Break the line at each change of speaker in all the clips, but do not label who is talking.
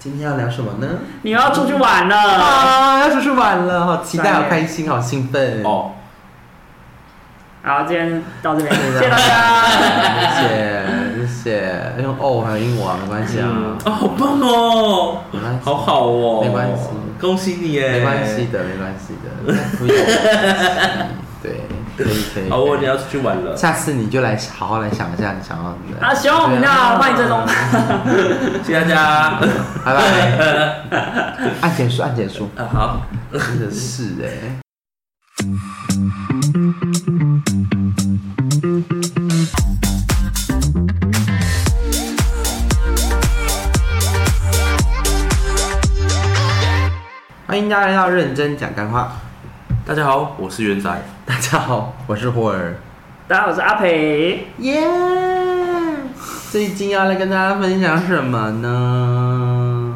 今天要聊什么呢？
你要出去玩了。
啊，要出去玩了，好期待，
三月
好开心，好兴奋！
哦，
好，今天到这边， 谢
谢
谢大家。
谢谢谢谢，用哦还有英文啊，没关系啊，
啊，好棒哦
没关系，
好好哦，
没关系
恭喜你耶，
没关系。的，没关系的，不用，嗯对，可以可以。
好哦，
可以
你要出去玩了，
下次你就来好好来想一下，你想要的。
啊，喜欢我们的欢迎追踪。
谢谢大家。
拜拜。按结束，按结束，
啊，好。
真的是哎。欢迎大家来到认真讲干话。
大家好，我是元仔。
大家好，我是霍尔。
大家好，我是阿培。
耶！最近要来跟大家分享什么呢？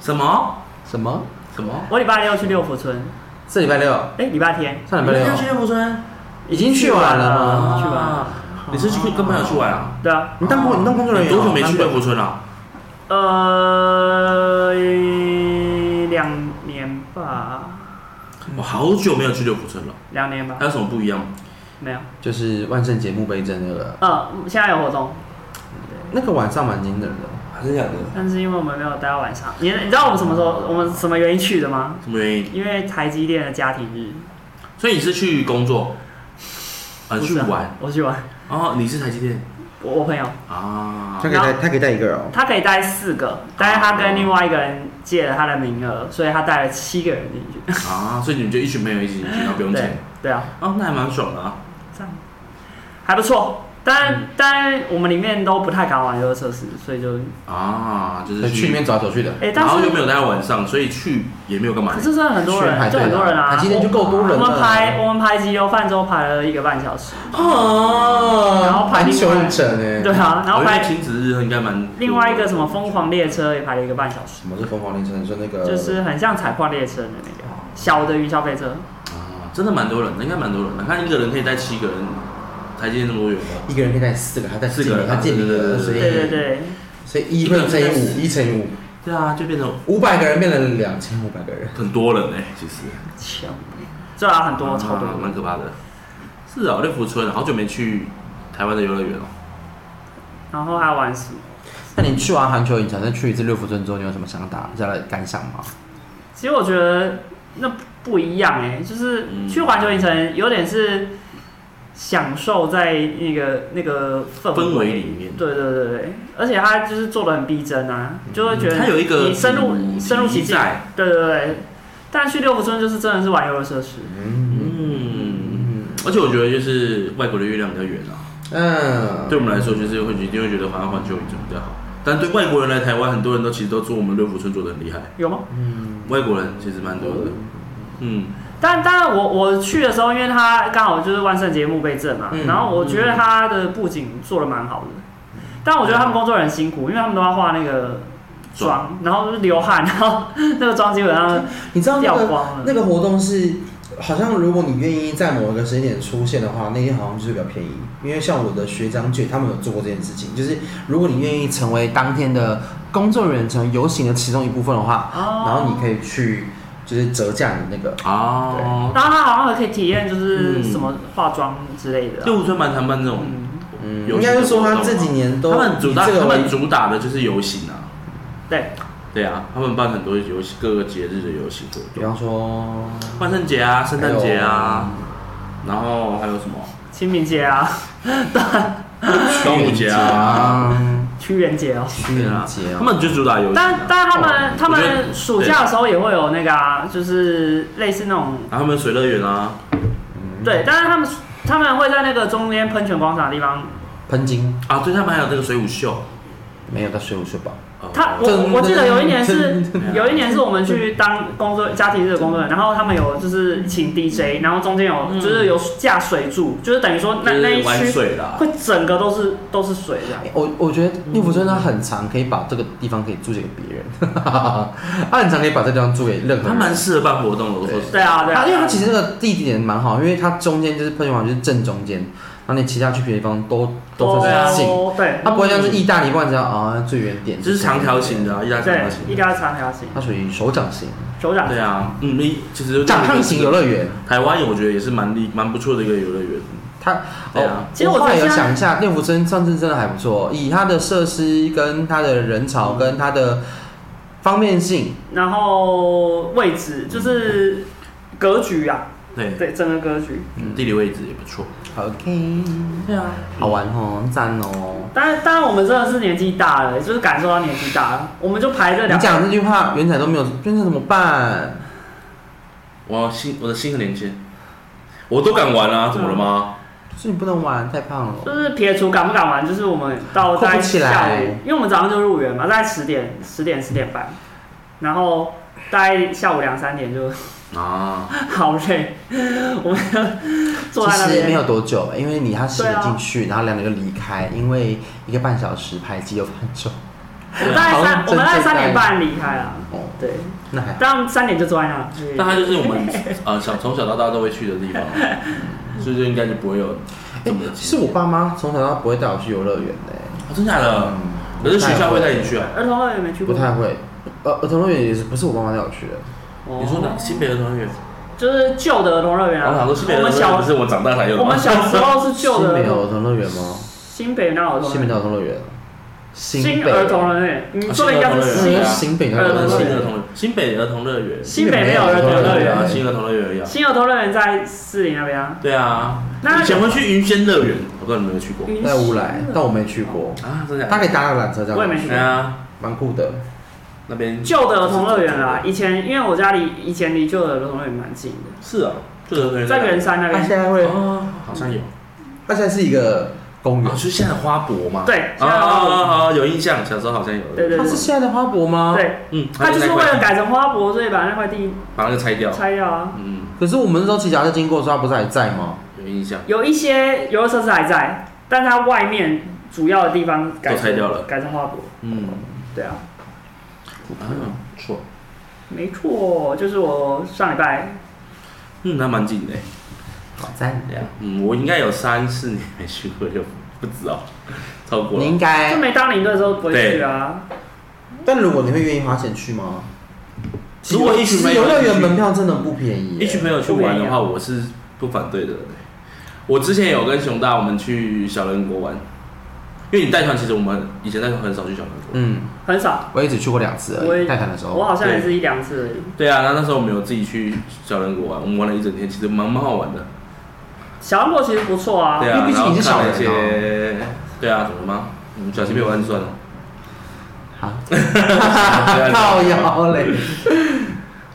什么？
什么？
什么？
我礼拜六去六福村，
这礼拜六，
哎，礼拜天
上礼拜六
你要去福村？
已经去完了吗？
啊去玩
你是去跟朋友去玩啊？
对啊，
你当过你当工作人
你
员
多
哦
久没去六福村啊了？
呃，两年吧，
我好久没有去六福村了，
两年吧
还，有什么不一样吗？
没有。
就是万圣节墓碑镇那个，
呃，现在有活动，
那个晚上蛮惊人的。
还是假的？
但是因为我们没有待到晚上，你你知道我们什么时候，我们什么原因去的吗？
什么原因？
因为台积电的家庭日，
所以你是去工作，啊，
不
去
是啊
玩？，
我去玩，
哦，你是台积电
我我朋友
啊
他？可以带，他可以带一个人哦。
他可以带四个，但是他跟另外一个人借了他的名额，所以他带了七个人进去。
啊，所以你们就一群朋友一起进去，然后不用
对
钱。
嗯对啊，
哦，那还蛮爽的啊。
这样还不错。但但我们里面都不太敢玩游乐设施，所以就
啊，就是
去里面走来走去的，
哎、但
然后
是
又没有待到晚上，所以去也没有干嘛
可。是真的很多
去
人，
排
就
队
很多人啊。
台积电就够多人了。
我们排我们排集邮饭粥排了一个半小时，
哦，
然后排
环
另
球
外
影城哎。
对啊，然后
我觉得
排
亲子日应该蛮
另外一个什么疯狂列车也排了一个半小时，
什么是疯狂凌晨？你说那个
就是很像采矿列车的那个小的云霄飞车。
啊，真的蛮多人的，应该蛮多人的。看一个人可以带七个人，台积电那么多员工，
一个人可以带四个，他带
四个人
他建立的，所以
对
对对对，
所以一会乘以五，一乘以五，
对啊，就变成
五百个人变成两千五百个人。
很多人哎、其实
强，这啊很多超多
啊，蛮可怕的。是啊，六福村好久没去台湾的游乐园了。哦
然后还有玩什么？
那你去完环球影城，再去一次六福村之后，你有什么想打下来感想吗？
其实我觉得那不一样哎、就是
嗯
去环球影城有点是享受在那个那个氛
氛围里面
对对对对，而且他就是做的很逼真啊，就会觉得
它嗯有一个
你深入
主
深入其
题
境
在，
对对对。但去六福村就是真的是玩游乐设施，
嗯，而且我觉得就是外国的月亮比较圆啊。
嗯，
对我们来说，就是会一定会觉得环环球影城比较好。但对外国人来台湾，很多人都其实都做我们六福村做的很厉害。
有吗？
嗯
外国人其实蛮多
哦
的，嗯，
但当然我我去的时候，因为它刚好就是万圣节墓碑镇嘛，
嗯
然后我觉得它的布景做的蛮好的，但我觉得他们工作人员辛苦，因为他们都要化那个妆，然后就是流汗，然后 那个妆基本上
你知道那
掉
个
光了。
那个活动是，好像如果你愿意在某一个时间点出现的话，那天好像就是比较便宜。因为像我的学长姐他们有做过这件事情，就是如果你愿意成为当天的工作人员，成为游行的其中一部分的话，
哦
然后你可以去就是折价你那个。
哦，
然后他好像还可以体验就是
嗯
什么化妆之类的啊、
六福村蛮常办这种
嗯，
嗯，
游
应
戏
该
的活动啊，
是说他这几年都
他们主
以
打
这
他
个为
们主打的就是游行啊，
对，
对啊，他们办很多游戏各个节日的游戏活
比
动，
方说
万圣节啊，圣诞节啊，然后还有 什么
清明节啊，
端午节啊，
屈原 节哦。
屈
对
原
啊
节，啊，
他们就主打游戏啊，
但但他们
哦
他
我觉得
们暑假的时候也会有那个啊，就是类似那种
然后他们水乐园啊，
嗯
对，但是他们他们会在那个中间喷泉广场的地方
喷金
啊，对他们还有这个水舞秀，
没有到水舞社吧？
哦
他我我记得有一年是有一年是我们去当工作家庭日的工作人员，然后他们有就是请 DJ，然后中间有就是有架水柱，就是等于说那
就
那一
是玩
区
水啊啦，
会整个都是都是水这样。
我我觉得六福村它很长，可以把这个地方可以租借给别人， 它很长可以把这地方租给任何
他蛮
人。
适合办活动的，我说实在
对啊对啊，
它因为它其
实
实那个地点蛮好，因为它中间就是喷泉王就是正中间，然后你骑下去别的地方都都算是近，啊
哦对，
它不会像是意大利罐这样啊最远点，
这是长条形的、啊，意大利长条
对，一
形。
定要长条形，
它属于手掌型、
手掌
对啊，嗯，你其实
掌上型游乐园。
台湾我觉得也是蛮厉蛮不错的一个游乐园。
它
对
哦，
啊
其实我
后来
觉得
有
现在
想一下，六福村上次真的还不错，以它的设施跟它的人潮跟它的方便性，
然后位置就是格局啊，
对，
对，整个格局。
嗯地理位置也不错。
OK，
对啊，
好玩哦，赞哦。
当然，当然，我们真的是年纪大了，就是感受到年纪大了，我们就排这
你
两
讲这句话，元仔都没有，元仔怎么办？
我心我的心很年轻，我都敢玩啊，怎么了吗？
是你不能玩，太胖了。
就是撇除敢不敢玩，就是我们到
扣不
在
起来
下午，因为我们早上就入园嘛，大概十点、十点、十点半，然后大概下午两三点就
啊，
好累，我们就坐在那
其实没
边。
有多久，因为你他十点
对啊
进去，然后两点就离开，因为一个半小时排机又很久，
我们大概
好像
三，我们大
真
概
正
三点
在
半离开了。
哦，
对，
那还好。
但三点就坐在那。就是
但它就是我们呃小从小到大都会去的地方，所以就应该就不会有这么的
其
其
哎实我爸妈从小到大不会带我去游乐园的、
真假
啊
的，可是学校会带你去啊。
儿童乐园没去
不
过。
太会。呃，儿童乐园也是不是我爸妈带我去的，
哦
你说哪？新北儿童乐园？哦
就是旧的儿童乐园
我
啊。
想说新北儿童
们
乐园
小
不是我长大才有的啊
我
吗
们？小时候是旧
新
的
北
儿
有
童
儿童乐园吗？
新北那儿童
新北有儿童乐园，
新
北
儿童乐园，你说的应该是
哦新
嗯
新
儿童乐
新北儿
园啊新
童
儿童
乐
新儿
园，
童新北儿童乐园，
嗯新北没有儿童乐
对啊，
园，
新儿童乐园而已啊。
新儿童乐园在士林那边啊。
对啊，
那
以前会去云仙乐园，我不知道你有没有去过
云
在乌来
溪，
但我没去过。
啊？真的
他
假
可
的？
以搭那个缆车这
我
样
也没
子，
去
对啊，
蛮酷的。
那边
旧的儿童乐园啊啦，以前因为我家离以前离旧的儿童乐园蛮近的，
是啊，旧的儿童乐园
在圆山那
他啊现
边。
在会，
哦，好像有。
他现在是一个公园
哦，，就现在的花博嘛。
对
啊啊啊啊！有印象，小时候好像有。
对对
他是现在的花博吗？。
对，
嗯，
他就是为了改成花博，所以把那块地
把那个拆掉。
拆掉啊。
嗯，
可是我们那时候骑脚踏车经过的时候，他不是还在吗？
有印象。
有一些游乐设施还在，但它外面主要的地方改
都拆掉了
改成花博。
嗯，
对啊，
啊，不错。
没错，就是我上礼拜
嗯，那蛮近的。
好在
对啊，嗯，我应该有三四年没去过六，不知道，超过
你
了。
应
就
该。
没当领队的时候不会去啊。
但如果你会愿意花钱去吗？
如果一
其
群
实
朋友
游乐园门票真的不便宜耶，
一群朋友去玩的话，我是不反对的。我之前有跟熊大我们去小人国玩，因为你带团，其实我们以前带团很少去小人国。
嗯，
很少，
我也只去过两次
我
而
也
已，带团的时候
我。好像也是一两次而已。
对啊，那那时候我们有自己去小人国玩，我们玩了一整天，其实蛮蛮好玩的。
小安博其实不错啊，
对
因
啊，
为毕竟你是小人啊
然后看了一些对啊，怎么了吗？嗯，小心被我按算了。
好， 靠腰嘞。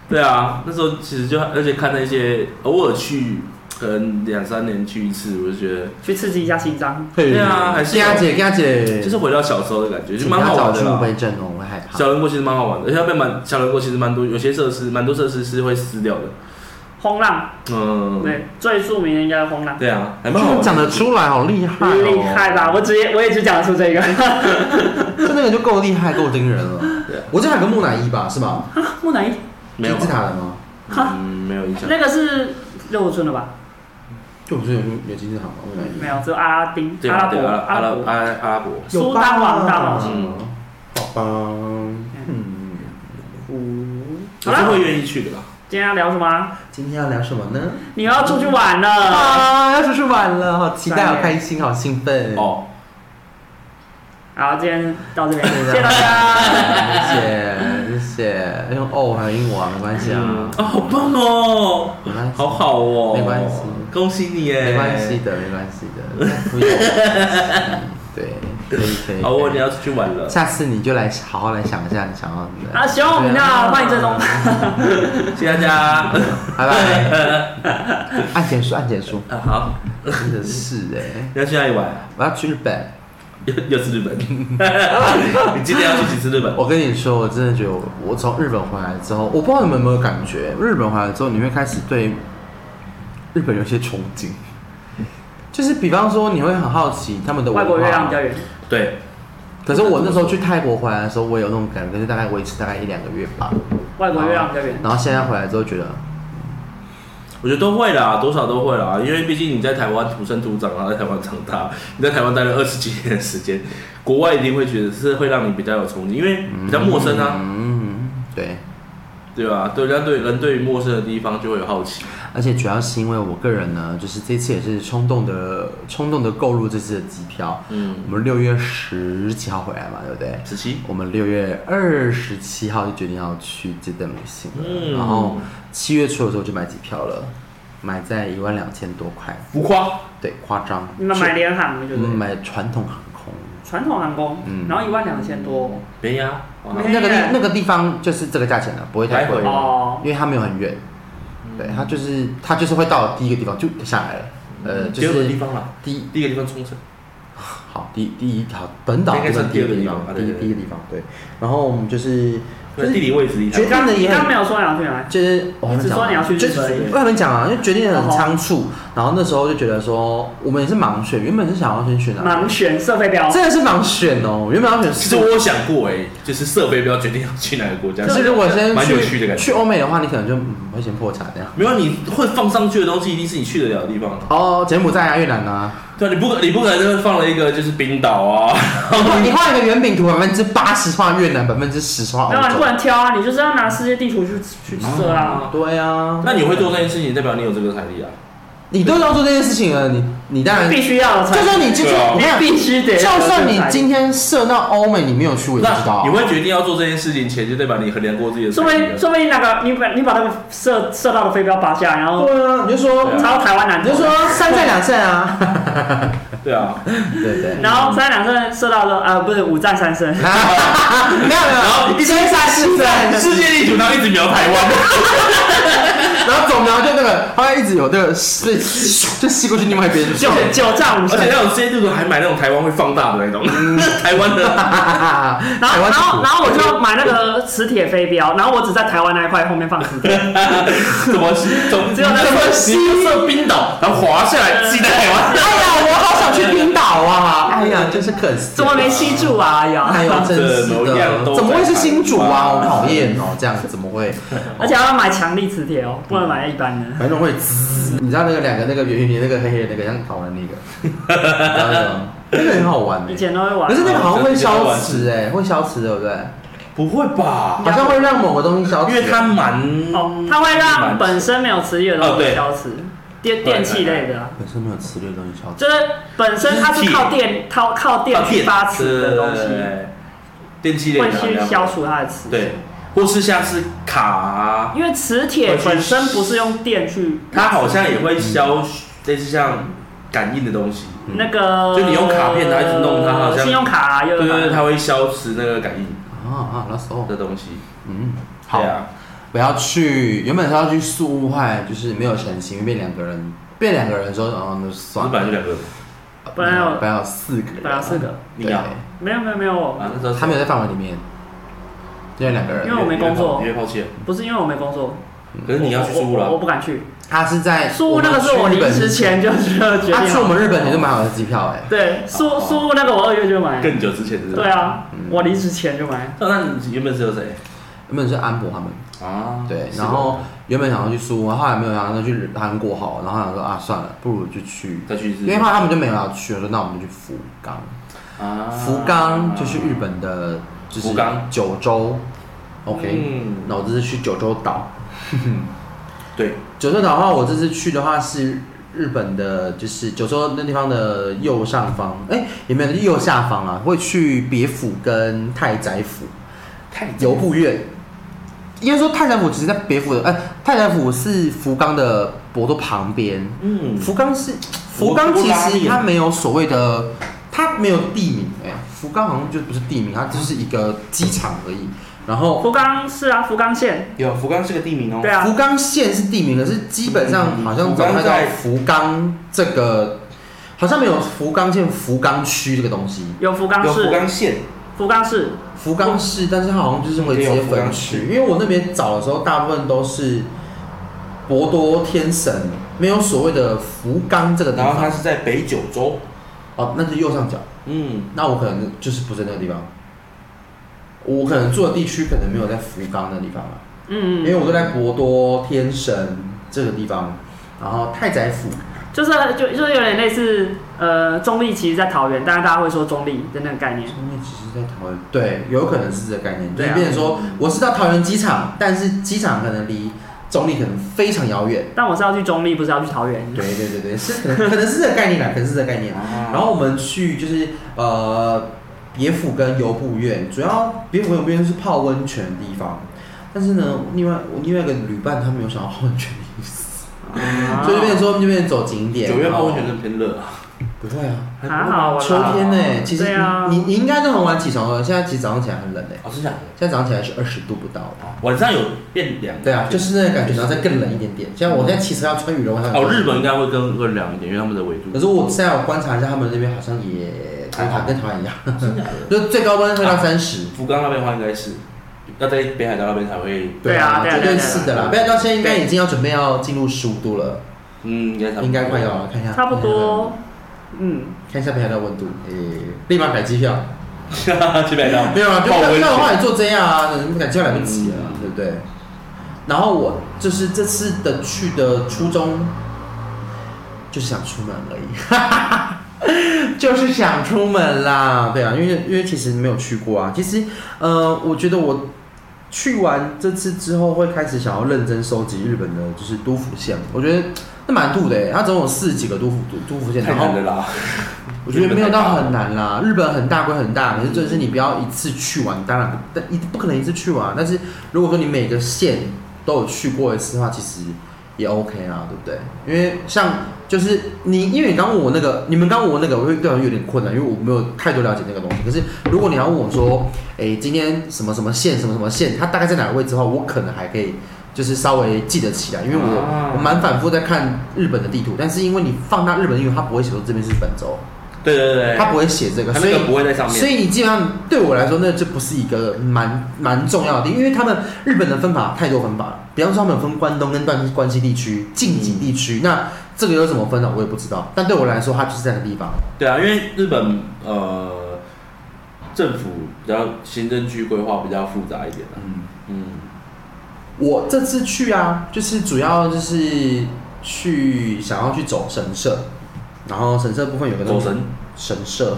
对啊，那时候其实就而且看那些偶尔去，可能两三年去一次，我就觉得
去刺激一下心脏。
对啊还是有
跟他姐，跟他姐，
就是回到小时候的感觉，就
请
蛮
他
好
找
玩
出
的
墓
啦。
碑症哦，我会害怕。
小人国其实蛮好玩的，而且它被蛮小人国其实蛮多，有些设施蛮多设施是会撕掉的。
轰浪，
嗯，
对，最著名的应该是轰浪，
对啊，还蛮
居
好玩
然
的。
讲得出来，好厉害哦！
厉害吧？我直接我也只讲得出这 个。
就那个就够厉害，够惊人了。
对啊
我记得还有个木乃伊吧，是吧？
木乃伊
没有啊
金字塔的吗？
哈
嗯，没有印象。
那个是六福村的吧？
就我们有有金字塔吗？木乃伊
没有，只有阿拉丁、
对
阿拉
啊，对
伯、
啊，阿
阿
拉
拉
阿
伯、
拉阿拉伯，
苏丹王大王。
嗯
啊好吧，嗯，
嗯好
我是
啦，
会愿意去的啦。
今天要聊什么啊？
今天要聊什么呢？
你要出去玩了。
啊，要出去玩了，好期待，
三年
好开心，好兴奋。
哦，
好，今天到这边，谢
谢
谢
谢大
大 家。
谢谢谢谢，用哦还有英文啊，没关系啊
嗯，，啊，
哦
好棒哦，
没关系
好好哦，
没关系
恭喜你耶，
没关系。的，没关系 的，不用嗯对，可以可以。
好哦，
可
你
以
要出去玩了，
下次你就来好好来想一下，你想要的。
啊，喜欢我们的欢迎追踪。
谢谢大 家。
拜拜。 按结束，按结束，
啊，好，
真的是哎，
你要去哪里玩？啊
我要去日本。
又又是日本， 你今天要去几次日本？
我跟你说，我真的觉得我，我从日本回来之后，我不知道你们有没有感觉，日本回来之后，你会开始对日本有些憧 憬，就是比方说，你会很好奇他们的文
外
化。
国月亮比较圆，
对，
可是我那时候去泰国回来的时候，我有那种感觉，可是大概维持大概一两个月吧。
外国月亮比较圆。
然后现在回来之后觉得，嗯
我觉得都会啦，多少都会啦，因为毕竟你在台湾土生土长，然啊后在台湾长大，你在台湾待了二十几年的时间，国外一定会觉得是会让你比较有憧憬，因为比较陌生啊，
嗯，对。
对吧？对，人家对人对于陌生的地方就会有好奇。
而且主要是因为我个人呢，就是这次也是冲动的冲动的购入这次的机票。
嗯，
我们六月十几号回来嘛，对不对？
十七，
我们六月二十七号就决定要去这段旅行了，
嗯
然后七月初的时候就买机票了，买在一万两千多块，
浮夸，
对，夸张。
你们买联航，
我
对不
们
嗯
对？
买传统航空，
传统航空，
嗯
然后一万两千多
便宜啊，哇
没
那个地那个地方就是这个价钱了，不会太贵
来回，
哦，
因为它没有很远，
嗯
对，它就是它就是会到第一个地方就下来了，呃，
嗯第
就
二个地
是
方啦，
第一
第一个地方冲绳，
好，第第一条本岛
应该
这
算
个第一个
第
地
二个地
方，
方啊
第
对
一
对对
第一个地方对。然后我们就是就
对，
是
地理位置厉害
觉得。
刚
的也很
刚没有说你要去哪里，
就是我还没
你只
哦讲
说
完，
你要去日
就
本
是
而已哦
我还没讲啊，因为决定得很仓促，然后那时候就觉得说我们也是盲选，原本是想要先选哪
盲
里，
选射飞镖，
真的是盲选哦，原本要选
其实
苏
我有想过哎、就是设备不要决定要去哪个国家
可，是如果先
蛮有趣的
去
感觉
去欧美的话，你可能就嗯会先破产这样。
没有啊你会放上去的东西，一定是你去得了的地方。
哦，柬埔寨啊，越南 啊，
对啊，你不可你不可能就是放了一个就是冰岛啊，
你画一个圆饼图，百分之八十放越南，百分之十放
没有啊，
澳
你
洲
不。能挑啊，你就是要拿世界地图去去
哦
射啊。
对啊，
那你会做这件事情，代表你有这个财力啊。
你都要做这件事情了，你你当然，
必
就
须要的才，
算你今
对
天
啊
我跟你
你
讲
必须得，
就算你今，天射到欧美，你没有去，我也不知道啊。
那你会决定要做这件事情前，就代表你衡量过自己的
说不
财力
定
啊。
说不定那个你把你把那个射射到的飞镖拔下来，然后
对啊，你就说
对啊
超台湾男
你就说三战两胜啊，
对啊，
对对。
然后三战两胜射到了，呃，不是五战三胜，
没有 没有，一三三四三，
世界地图上一直瞄台湾，
然后总然后就那个，后来一直有那个，对，就吸过去另外一边，
九 九战五
而
胜
且，那种世界地图还买那种台湾会放大的那种，
嗯
台 湾的。
然
然后然后然后我就买那个磁铁飞镖，然后我只在台湾那一块后面放磁铁，
怎么总
只有那
怎么
个
吸射冰岛，然后滑下来吸在台湾
哎。呀，我好想去冰岛啊！哎呀，真是可惜，
怎么没吸？住啊？哎呀，
哎呦，真是
怎么样
的，
都
怎么会是新主
在
啊？
看
我讨厌哦，这样怎么会？
而且还要买强力磁铁哦，不能买一般的。
反正会滋，你知道那个两个那个圆圆圆那个黑黑的那个像烤的那个， 你知道那种那个很好玩
以
欸
前都会玩，
可是那个好像会消磁哎、会消磁对不对？
不会吧？
好像会让某个东西消磁，
因为它蛮
哦，它会让本身没有磁力的
哦
东西
对
消磁，电电器类的啊，
本身没有磁力的东西消磁。
就是本身它是靠电靠靠电去发磁的东西，
对电器类
会
的好像
去消除它的磁。
对，，或是像是卡啊，
因为磁铁本身不是用电去，
它好像也会消类似像感应的东西，
嗯那个
就你用卡片然后一直弄它好像
信用卡啊又
对
有
对对，
卡
它会消磁那个感应
啊啊，那时候
的东西。
嗯，好
对，啊，
不要去。原本是要去宿雾，后来就是没有成型，因为变两个人，变两个人说，哦，那
我
算
们
了。
本来就两个人
本来有
本来有四个人，
本来有四个，
你
对
要，
没有没有没有我，
啊，那时候
他没有在范围里面，因为两个
因为
人，
我没工作
你被抛弃了。
不是因为我没工作，
可是你要去
我
输
我我
了，哎
不敢去，
他是在
苏那个是我
们去日
离
本
职前就就决定
他
啊好
啊
去我们日本也就买好的机票哎、
对苏苏那个我二月就买，
哦更久之前是。哦
对。啊，我离职前就买，
那那你原本是有谁
原本是安博他们，
啊？
对，
是的
然后原本想要去苏后来没有想要去韩国好，然后想说啊算了，不如就去，
再去一次
因为后来他们就没有要去，我说那我们就去福冈，
啊
福冈就是日本的，就是
福冈
九州，OK，
嗯
那我这次去九州岛，
对，
九州岛的话，我这次去的话是日本的，就是九州那地方的右上方，哎、也没有右下方啊，会去别府跟太宰府、
太
游步院。应该说太宰府其实在别府的，哎、太宰府是福冈的博多旁边。
嗯，
福冈是
博
福冈，
博
其
多拉
实
面
它没有所谓的，它没有地名，哎、福冈好像就不是地名，它就是一个机场而已。然后
福冈是啊，福冈县，
有福冈是个地名哦。
对啊
福，冈县是地名，可是基本上好像
嗯
找不太
福
到福
冈在
冈这个，好像没有福冈县福冈区这个东西。
有福冈
有福
市，
冈县，
福冈市
福冈市，但是它好像就是会直接
也有福
分
冈
区
市，
因为我那边找的时候，大部分都是博多天神，没有所谓的福冈这个地
然后它
方。
是在北九州。
哦，那就右上角，
嗯，
那我可能就是不是那个地方，我可能住的地区可能没有在福冈那地方啊。因
嗯，
为我都在博多、天神这个地方，然后太宰府，
就是就就是有点类似呃中立，其实在桃园，但是大家会说中立的那个概念。
中立其实在桃园，对，有可能是这个概念，就
对
是
啊
变成说我是到桃园机场，但是机场可能离中立可能非常遥远。
但我是要去中立，不是要去桃园。
对对对对，是 可能可能是这个概念啦，可能是这个概
嗯
念。然后我们去就是呃别府跟游步院，主要别府跟游步院是泡温泉的地方，但是呢，另外我另外一个旅伴他没有想要泡温泉的意思，
啊
所以就变成说我们就变成走景点。
九月泡温泉
然后
真的偏热啊，
不会啊，
还好啦
秋天呢、其实
对啊
你、你应该都很晚起床了，现在其实早上起来很冷哎、
哦是这样，
现在早上起来是二十度不到。
晚上有变凉，
对啊，就是那个感觉，然后再更冷一点点。像我现在骑车要穿羽绒外套。
哦日本应该会更更凉一点，因为他们的纬度
可是我现在我观察一下，他们那边好像也跟
还
台
好
跟台湾一样，
真的假的
就最高温会到三十、
福冈那边的话应该是要在北海道那边才会，
对啊对啊
绝
对
对
啊
是的啦。不要到现在应该已经要准备要进入十五度了，
嗯，应该差不多
应该快要了，看一下。
差不多，嗯，
看一下。看一下北海道温度，诶、立马改机票。
去北海 道 哦
没有啊，就
泡
那
温
那的话
泉，
你做这样啊，你感觉来不及啊，对不对？然后我就是这次的去的初衷，就是想出门而已， 就是想出门啦，对啊，因为因为其实没有去过啊，其实呃，我觉得我去完这次之后，会开始想要认真收集日本的，就是都府县，我觉得那蛮酷的欸，它总共有四十几个都府都都府县，
太
然后
难了啦，
我觉得没有到很难啦，日本很大归很大，可是就是你不要一次去完，当然不但一不可能一次去啊完，但是如果说你每个县都有去过一次的话，其实也 OK 啦，对不对？因为像就是你，因为你刚问我那个，你们刚问我那个，我会对我有点困难，因为我没有太多了解那个东西。可是如果你要问我说，诶，今天什么什么县什么什么县，它大概在哪个位置的话，我可能还可以就是稍微记得起来，因为我、
啊
我蛮反复在看日本的地图，但是因为你放大日本地图，它不会写说这边是本州。
对对对，
他不会写这个，
他
所
那
以
个不会在上面
所，以你基本上对我来说，那就不是一个蛮蛮重要的地，因为他们日本的分法太多分法了，比方说他们分关东跟关关西地区、近畿地
嗯
区，那这个有什么分呢？我也不知道。但对我来说，它就是在那个地方。
对啊，因为日本呃政府比较行政区规划比较复杂一点啊，
嗯，
嗯，
我这次去啊，就是主要就是去想要去走神社，然后神社部分有个
走神
神社，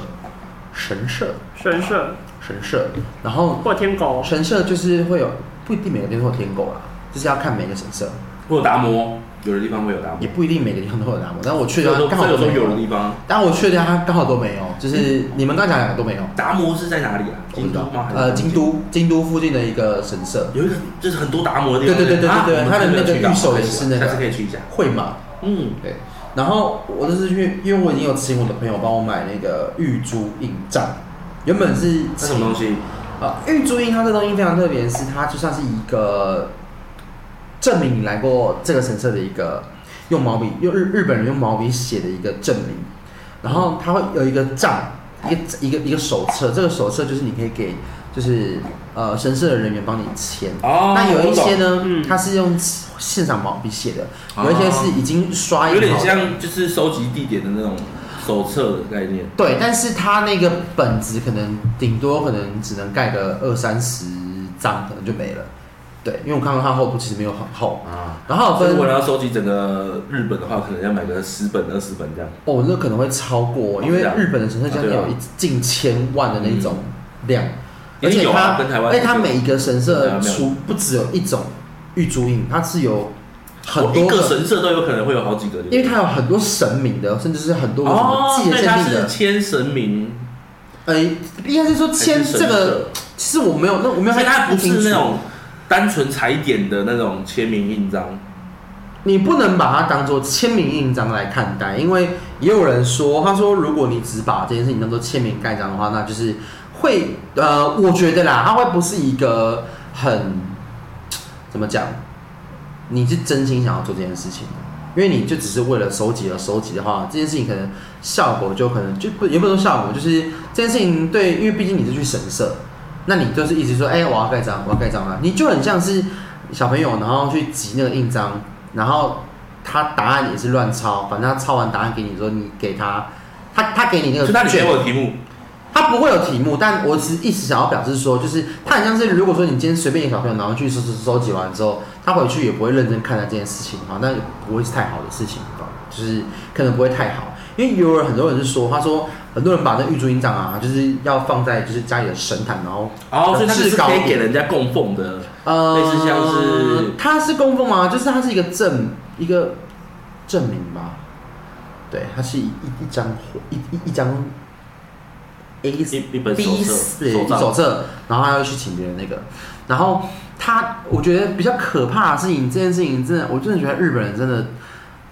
神社
神社
神社，然后
或天狗，
哦神社就是会有不一定每个地方都有天狗啦，就是要看每个神社。
会有达摩，有的地方会有达摩
也，不一定每个地方都有达摩，但我去
所以
的
有
地
时候
方刚好
所以有时
都没
候有的地方
但我去的地方刚好都没有，就是你们刚讲两个都没有。
达摩是在哪里啊？
我不
京
知
都
道
吗？还是
呃，京都京都附近的一个神社
有一个就是很多达摩的地
对
方，
对对对
啊
对对，
我们
它的
真
那
没有
个
去到
御守也是那
下次可
个
以去一下，
会马，
嗯，
对。然后我这次去，因为我已经有请我的朋友帮我买那个玉珠印杖，原本是
那什么东西？
呃，玉珠印它这东西非常特别，是它就像是一个证明你来过这个神社的一个用毛笔用日日本人用毛笔写的一个证明，然后它会有一个账，一个一个一个手册，这个手册就是你可以给就是呃神社的人员帮你签。
哦
那有一些呢，
嗯
它是用现场毛笔写的，
哦
有一些是已经刷印
有
好的
点像就是收集地点的那种手册的概念。
对，但是它那个本子可能顶多可能只能盖个二三十张，可能就没了。对，因为我看到它厚度其实没有很厚，
啊，
然后
所以如
分
果要收集整个日本的话，可能要买个十本、二十本这样。
哦，那可能会超过，因为
这样
日本的神社将近
啊对啊
有一近千万的那种
啊
量，
一
而
定
且
有啊
它
跟台，湾
而且它
一定有
每一个神
跟台
社
湾没有
除不只有一种玉珠印，它是有很
我哦一
多
个
个，
神社都有可能会有好几个，对不对
因为它有很多神明的，甚至是很多个什么
哦，
自己
所
的
以它
限定
是
的，
千神明，
呃，应该是说签
还是神
这个
社，
其实我没有，那我没有太
所以它不
清
是
楚
那种单纯踩点的那种签名印章。
你不能把它当做签名印章来看待，因为也有人说，他说如果你只把这件事情当做签名盖章的话，那就是会呃，我觉得啦，它会不是一个很怎么讲，你是真心想要做这件事情，因为你就只是为了收集而收集的话，这件事情可能效果就可能就不也不能说效果，就是这件事情对，因为毕竟你是去神社，那你就是一直说，哎、我要盖章，我要盖章啊，你就很像是小朋友，然后去集那个印章，然后他答案也是乱抄，反正他抄完答案给你说，你给他，他他给你那
所以它
个
里面
卷
有题目，
它不会有题目，但我只是一直想要表示说，就是它很像是，如果说你今天随便一个小朋友，然后去收收收集完之后，他回去也不会认真看待这件事情的话，那也不会是太好的事情吧，就是可能不会太好。因为有人很多人是说，他说很多人把那玉珠印章啊，就是要放在就是家里的神坛，然后
哦，所以它是
至高
可以
点
给人家供奉的，
呃，
类似像是
它是供奉啊，就是它是一个证一个证明吧，对，它是一一一张一一一张 A
一一本手
B
册
四一
账
手册，然后他要去请别人那个，然后他我觉得比较可怕的事情，这件事情真的，我真的觉得日本人真的，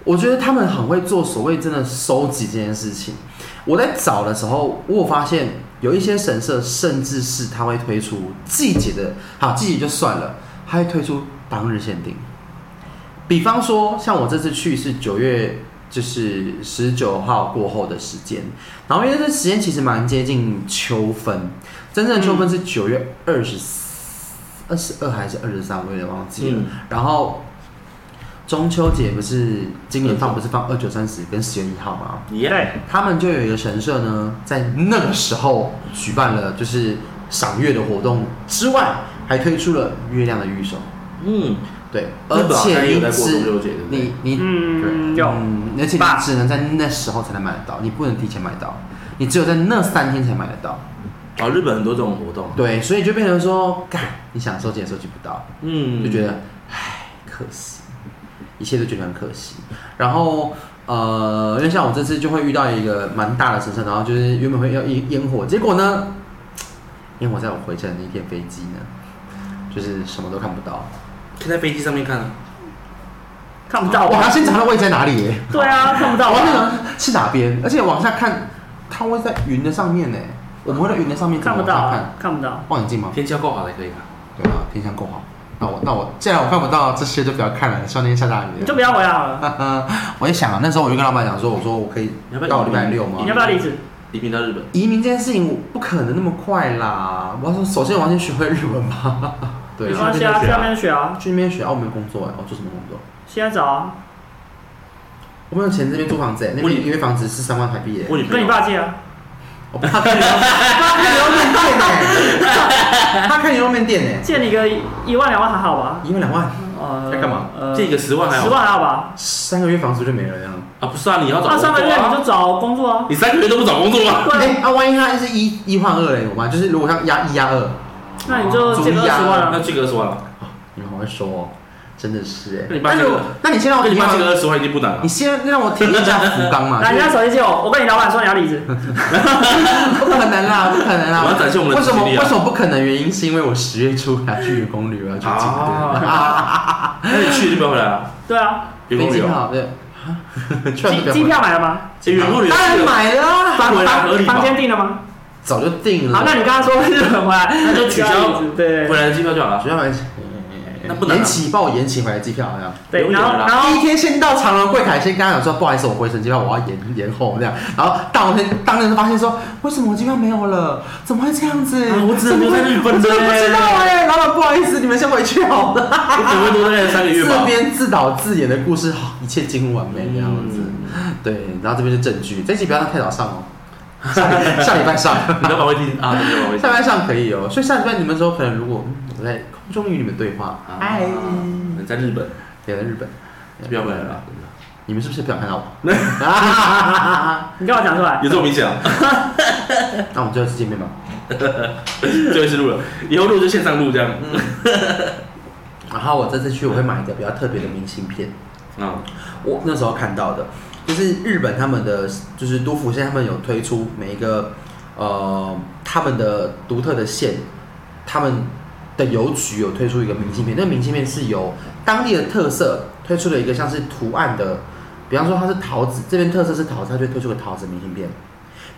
我觉得他们很会做所谓真的收集这件事情。我在找的时候，我有发现有一些神社甚至是他会推出季节的，好季节就算了，他会推出当日限定。比方说，像我这次去是九月，就是十九号过后的时间，然后因为这时间其实蛮接近秋分，真正的秋分是九月二十二十二还是二十三，我有点忘记了。
嗯
然后中秋节不是今年放不是放二九三十跟十月一号吗？
一样。
对
他们就有一个神社呢，在那个时候举办了就是赏月的活动之外，还推出了月亮的御守。
嗯，
对，
日
而
本好
且
像也有
你
在过中
只
秋节，对不对
你你
嗯
对
有
嗯而且你
吧
只能在那时候才能买得到，你不能提前买到，你只有在那三天才买得到。
哦，日本很多这种活动，
对，所以就变成说，干，你想收集也收集不到，
嗯，
就觉得，唉，可惜，一切都觉得很可惜。然后，呃，因为像我这次就会遇到一个蛮大的神社，然后就是原本会要烟烟火，结果呢，烟火在我回程的那天飞机呢，就是什么都看不到。
可以在飞机上面看啊。
看不到
啊我还
吧
要？先查到位置在哪里耶、
对啊，看不到
我要
吧？
那个是哪边，而且往下看，它会在云的上面呢、我们会在云的上面，
看不到
怎么往
啊
下，
看不到
看，。望远镜吗？
天气要够好才可以吧？
对啊，偏向够好。那我那我既然我看不到这些，就不要看了。希望那天下大雨
你就。不要回来好了。
我也想啊，那时候我就跟老板讲说，我说我可以
你要不要
到礼拜六吗
你？要不要离职？
移民到日本，
移民这件事情我不可能那么快啦。我要说，首先我要先学会日文吧。对
没
你，
关系啊，去
去
那
那
边
边
学啊。
去那边学澳门工作哎、我做什么工作？
现在找啊，
我没有钱这边租房子哎、那
问
边
你
一个月房子是三万台币耶、
问你
跟你
朋友
爸借 啊。
我怕开牛，怕开牛肉面店哎、 怕开牛肉面店哎、
借你个一万两万还好吧？
一万两万，
呃，
在干嘛
呃
借一个十万还好
十万还好吧？
三个月房租就没了这样。
啊？不是啊，你要找
那
工作
上个月你
啊？
就找工作啊。
你三个月都不找工作吗？
哎、
对啊，
那、万一他是一一换二嘞，怎么办？就是如果他压一压二，
那你就借个
足
二
以啊
十万
那
啊。
借个二十万了，
你们好会说哦，真的是
那
哎。
你爸
那
这
如
个
果，那你先让我
跟
体
你
验
爸借
完，
个二十万已经不难啊了
你。先让我体验一下福冈
啊
嘛。
来，你
就是
把手机借我，我跟你老板说你要离职。
不可能 啦，不可能啦！
我要展现我们的
为什么
实力啊
为什么不可能？原因是因为我十月初还要去员工旅游，要去京都。
啊， 那你去就不要回来了，
对啊，
员工
飞
旅
机
游。
票对， 啊去完就不要
机机
回来
票买了吗？
哎员工旅游
当然买了啊，
搬回来合理吧嗯
房间订了吗？
早就定了。
好，那你刚刚说日本回来，
那就取消
要离职对
回。来的机票就好了。
学校买，
那不能啊
延期，帮我延期回来机票，这样。
对，
留
然后
言啦
然后
第一天先到长隆柜台，先跟他讲说，不好意思，我回程机票我要延延后这样。然后当天当天就发现说，为什么我机票没有了？怎么会这样子？
啊我只
怎
能
么
留在
会
日本
我真的不
呢
知道哎、老板不好意思，你们先回去好了。
我可能会多待三个月吧
自。编自导自演的故事，好，一切尽乎完美这样子。
嗯
对，然后这边是证据，这期不要太早上 哦，下礼下礼拜上，
你老板会听啊，你老板会
下
听
礼。拜上可以哦。所以下礼拜你们的时候，可能如果嗯我在空中与你们对话，
哎，你在日本
也在日本，
就不要回来了，
你们是不是不想看到 我？
你跟我讲出来，
有这么明显啊？
那我们最后一次见面吧。
最后一次录了，以后录就线上录这样。
然后我这次去我会买一个比较特别的明信片，嗯
啊，
我那时候看到的，就是日本他们的就是都府县他们有推出每一个呃他们的独特的县，他们的邮局有推出一个明信片，那个明信片是由当地的特色推出了一个像是图案的，比方说它是桃子，这边特色是桃子，它就推出个桃子明信片。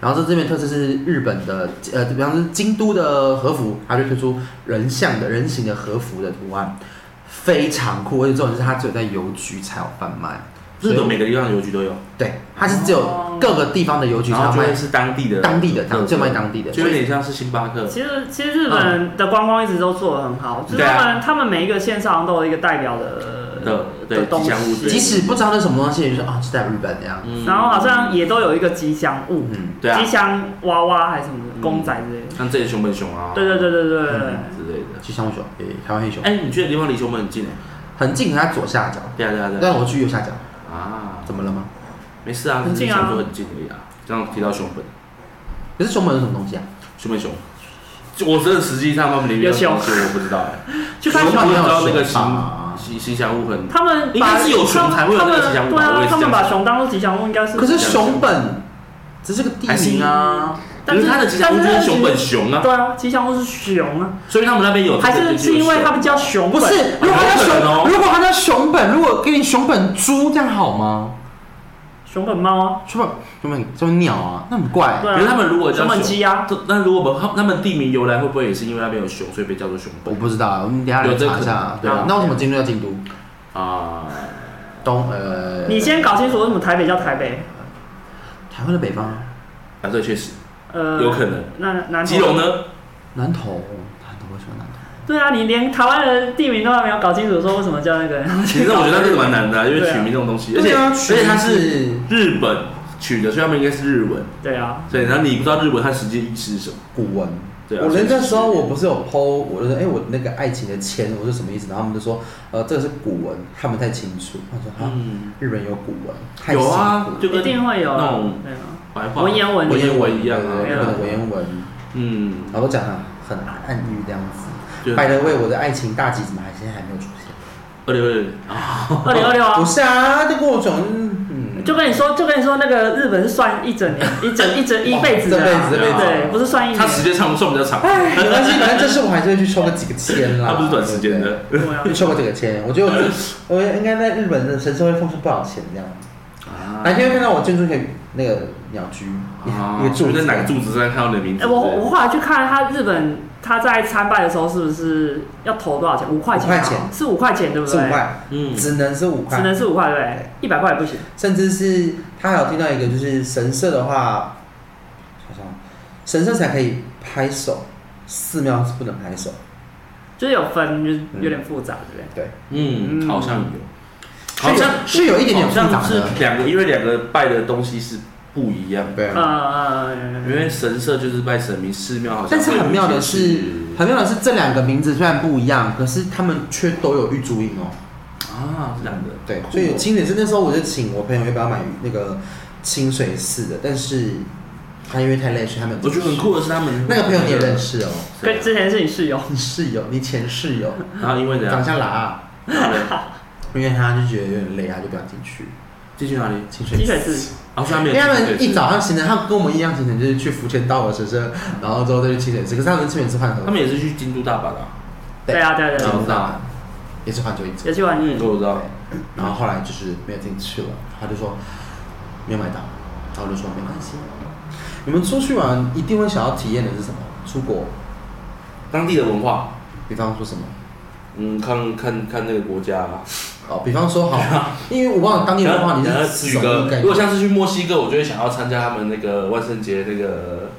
然后这这边特色是日本的，呃，比方是京都的和服，它就推出人像的人形的和服的图案，非常酷。而且重点是它只有在邮局才有贩卖，
日本每个地方的邮局都有，
对，它是只有各个地方的邮局才
然
有
后哦就
卖
会是当地的
当地的，当就卖当地的。
嗯就
所
有
以
点像是星巴克。
其实其实日本的观光一直都做得很
嗯
好，就是他们他们每一个县上都有一个代表的
啊嗯的对
的东
吉祥物
西，
之类的
即使不知道那是什么东西，就是啊，是在日本这样。
嗯
然后好像也都有一个吉祥物，
嗯，
对啊
吉，祥娃娃还是什么的，公仔之类的。
像这些熊本熊啊，
对对对对对对对。
之类的。
去香熊，诶、台湾黑熊，
哎、你去的地方离熊本很近哎、
很近，可它左下角，
对啊对啊对啊。
但我去右下角，
啊，
怎么了吗？
没事啊，
很近啊
只是想说很近而已啊。这样提到熊本，
可是熊本有什么东西啊？
熊本熊，就我真的实际上他们里面
有
的
熊
东西我不知道哎、
去
我
看
只
熊
知道
熊
那个
吧
吉吉吉祥物很，
他们把
应该是有熊才会有
他
那
们
个吉祥物
对
吧
啊
我也，是
他
这
们
样
把
想
熊当做吉祥物，应该是。
可是熊本只是个地
还行
名
啊，可
但是
是它的吉祥物就
但
是
是
熊本熊啊，
对啊，吉祥物是熊啊，
所以他们那边有这个
还是
就是
因为他
有
们叫熊
不
本？
是，如果它叫
有可能哦
熊，如果它叫熊本，如果给你熊本猪，这样好吗？
熊本猫啊，
熊本熊本熊本鸟啊，那很怪。
对
可是嗯他
啊，
们如果叫
熊本鸡啊，
这那如果他他们地名由来会不会也是因为那边有熊，所以被叫做熊
我
本
不知道，我们等一下来
有这
查一
可
下
能。
对啊
啊，
那为什么京都叫京都？
啊？
东呃，
你先搞清楚为什么台北叫台北，
台湾的北方啊，
啊，对，确实
呃，
有可能。
那南投
基隆？呢？
南投，南投为什么南投？
对啊，你连台湾的地名都还没有搞清楚，说为什么叫那 个？
其实我觉得那个蛮难的啊、因为取名这种东西，而且、
对啊
而且它是
取名
日本取的，所以他们应该是日文。
对啊，
对，然后你不知道日文它实际意思是什么，
古文。
对啊
我
所
那
以
那时候
是
我不是有 PO，我就说，哎、我那个爱情的签，我说什么意思？然后他们就说，呃，这个是古文，看不太清楚。我说啊，
嗯，
日本有古文，太
有啊
辛苦，了
就
一
跟
定会有啊
那种
对啊
白话
文言文
文言文一样
对日本
啊
的。文言文，
嗯，
然后都讲的很暗喻这样子。
就
拜了为我的爱情大吉怎么还现在还没有出现？
二六二六啊，
二零二六啊
不。是啊，就跟我讲，嗯，
就跟你说，就跟你说，那个日本是算一整年、一整、一整、一辈子的 啊，
这
哦辈子
对，不是算一
它
年。
时间长算比较长，
哎，没关系，反正这次我还是会去抽个几个签 啦。
它不是短时间
对不对。
的。
对啊
去抽过这个签，我觉得我我应该在日本的神社会奉出不少钱这样。
啊
哪天会看到我建筑可以那个鸟居，一个
就
柱
是
子
在哪个柱子上看到你的名字？
哎，我我后来去看他日本，他在参拜的时候是不是要投多少钱？五块钱啊？
五块钱
是五块钱对不
是
对？
五，块，
嗯，
只能是五
只能
块，
是五块对不对？一百块也不行。
甚至是他还有听到一个就是神社的话，好像神社才可以拍手，寺庙是不能拍手。
就是有分，就是有点复杂，对不对？
对，
嗯，
嗯
好像有，好像
是有是有一点点复杂
好像是
的
两个，因为两个拜的东西是不一样的。
对
呃，
因为神社就是拜神明，寺庙好像
但是很妙的是
会有一些，
很妙的是这两个名字虽然不一样，可是他们却都有玉珠印哦。
啊，是这样的，
对
酷，哦
所以清水寺那时候我就请我朋友要不要买那个清水寺的，但是他因为太累，所以他们
我觉得很酷的是他们
那个朋友你也认，识哦，
跟
啊
之前是你室友，
你室友，你前室友，
然后因为怎
长
样，
相啦，
然后呢
啊因为他就觉得有点累，他就不想进去
进去哪里？
清水
积水
寺。
是
然后他
因
们
为他们一，早上行程，他们跟我们一样行程，就是去福建道啊尔神社，然后之后再去清水寺。可是他们清水寺换头，
他们也是去京都大阪的啊，
对啊，对啊对
京
啊，
都大阪也是换头一次。
也去玩，
嗯，我知道
对，，然后后来就是没有进去了，他就说没有买到，然后我就说没关系。你们出去玩一定会想要体验的是什么？出国，
当地的文化，
比方说什么？
嗯，看看看那个国家啊，
哦，比方说 好，因为我忘了当地文化，你
然后
是
举个，
概
如
念。
果像是去墨西哥，我就会想要参加他们那个万圣节那个，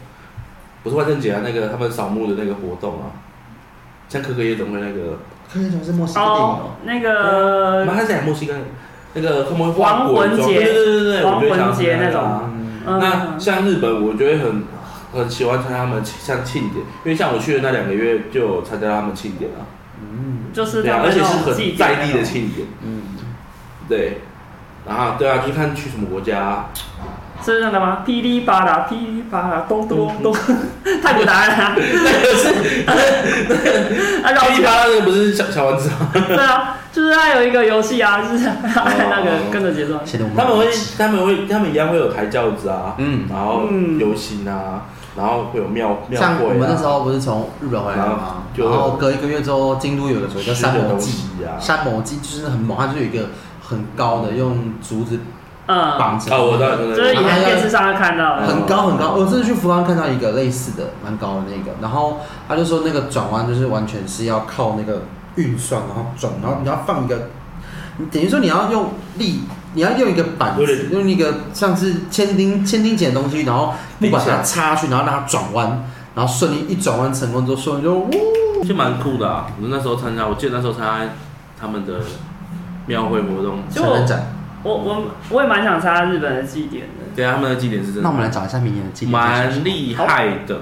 不是万圣节啊，那个他们扫墓的那个活动啊，像可可夜总会那个，
看那种是墨西哥电影
哦
哦，，
那
然后
个，
他在墨西哥那个他们会画
亡魂
鬼妆
节
对对对对对，
亡
我就会想要
魂节那种
参加啊
嗯，
那
嗯，
像日本，我就会很很喜欢参加他们像庆典，因为像我去的那两个月就有参加他们庆典啊，
就是
对
他
啊，
们
而且
那
是
种祭
很
典
在地的
那种
庆典，
嗯，
对。然后对啊，就是看去什么国家、啊，
是那个吗？噼里啪啦，噼里啪啦，咚咚咚， 太古达人啊， 那个是，啊，
噼里啪啦那个不是小小丸子吗？
绕对啊，就是它有一个游戏啊，就是按那
哦
个跟着节奏，
显得我
他们
很
会
白痴，
他们会，他们一样会有抬轿子啊，
嗯
然后
嗯
游行啊，然后会有庙庙
像
会
我
啊，
们那时候不是从日本回来
然后
吗？
就
然
会有
后隔一个月之后，京都有个所谓叫
吃的
山魔
东
祭
西，啊
山魔祭就是很猛，它就是有一个很高的用竹子
嗯，
绑着。
哦，我知道，我知道
就是以前电视上会看到的，
很高很高，我真的去福冈看到一个类似的，蛮高的那个，然后他就说那个转弯就是完全是要靠那个运算，然后转，然后
嗯
你要放一个，你等于说你要用力，你要用一个板
有
子
点，
用一个像是千丁千丁剪的东西，然后木板把它插去，然后让它转弯，然后顺利一转弯成功之后，顺利就呜，
其实蛮酷的啊。我那时候参加，我记得那时候参加他们的庙会活动，
就
成人展。
我我我也蛮想参加日本的祭典的，
对啊，他们的祭典是真
那我们
的
来找一下明年的纪念日是什么
蛮厉害的。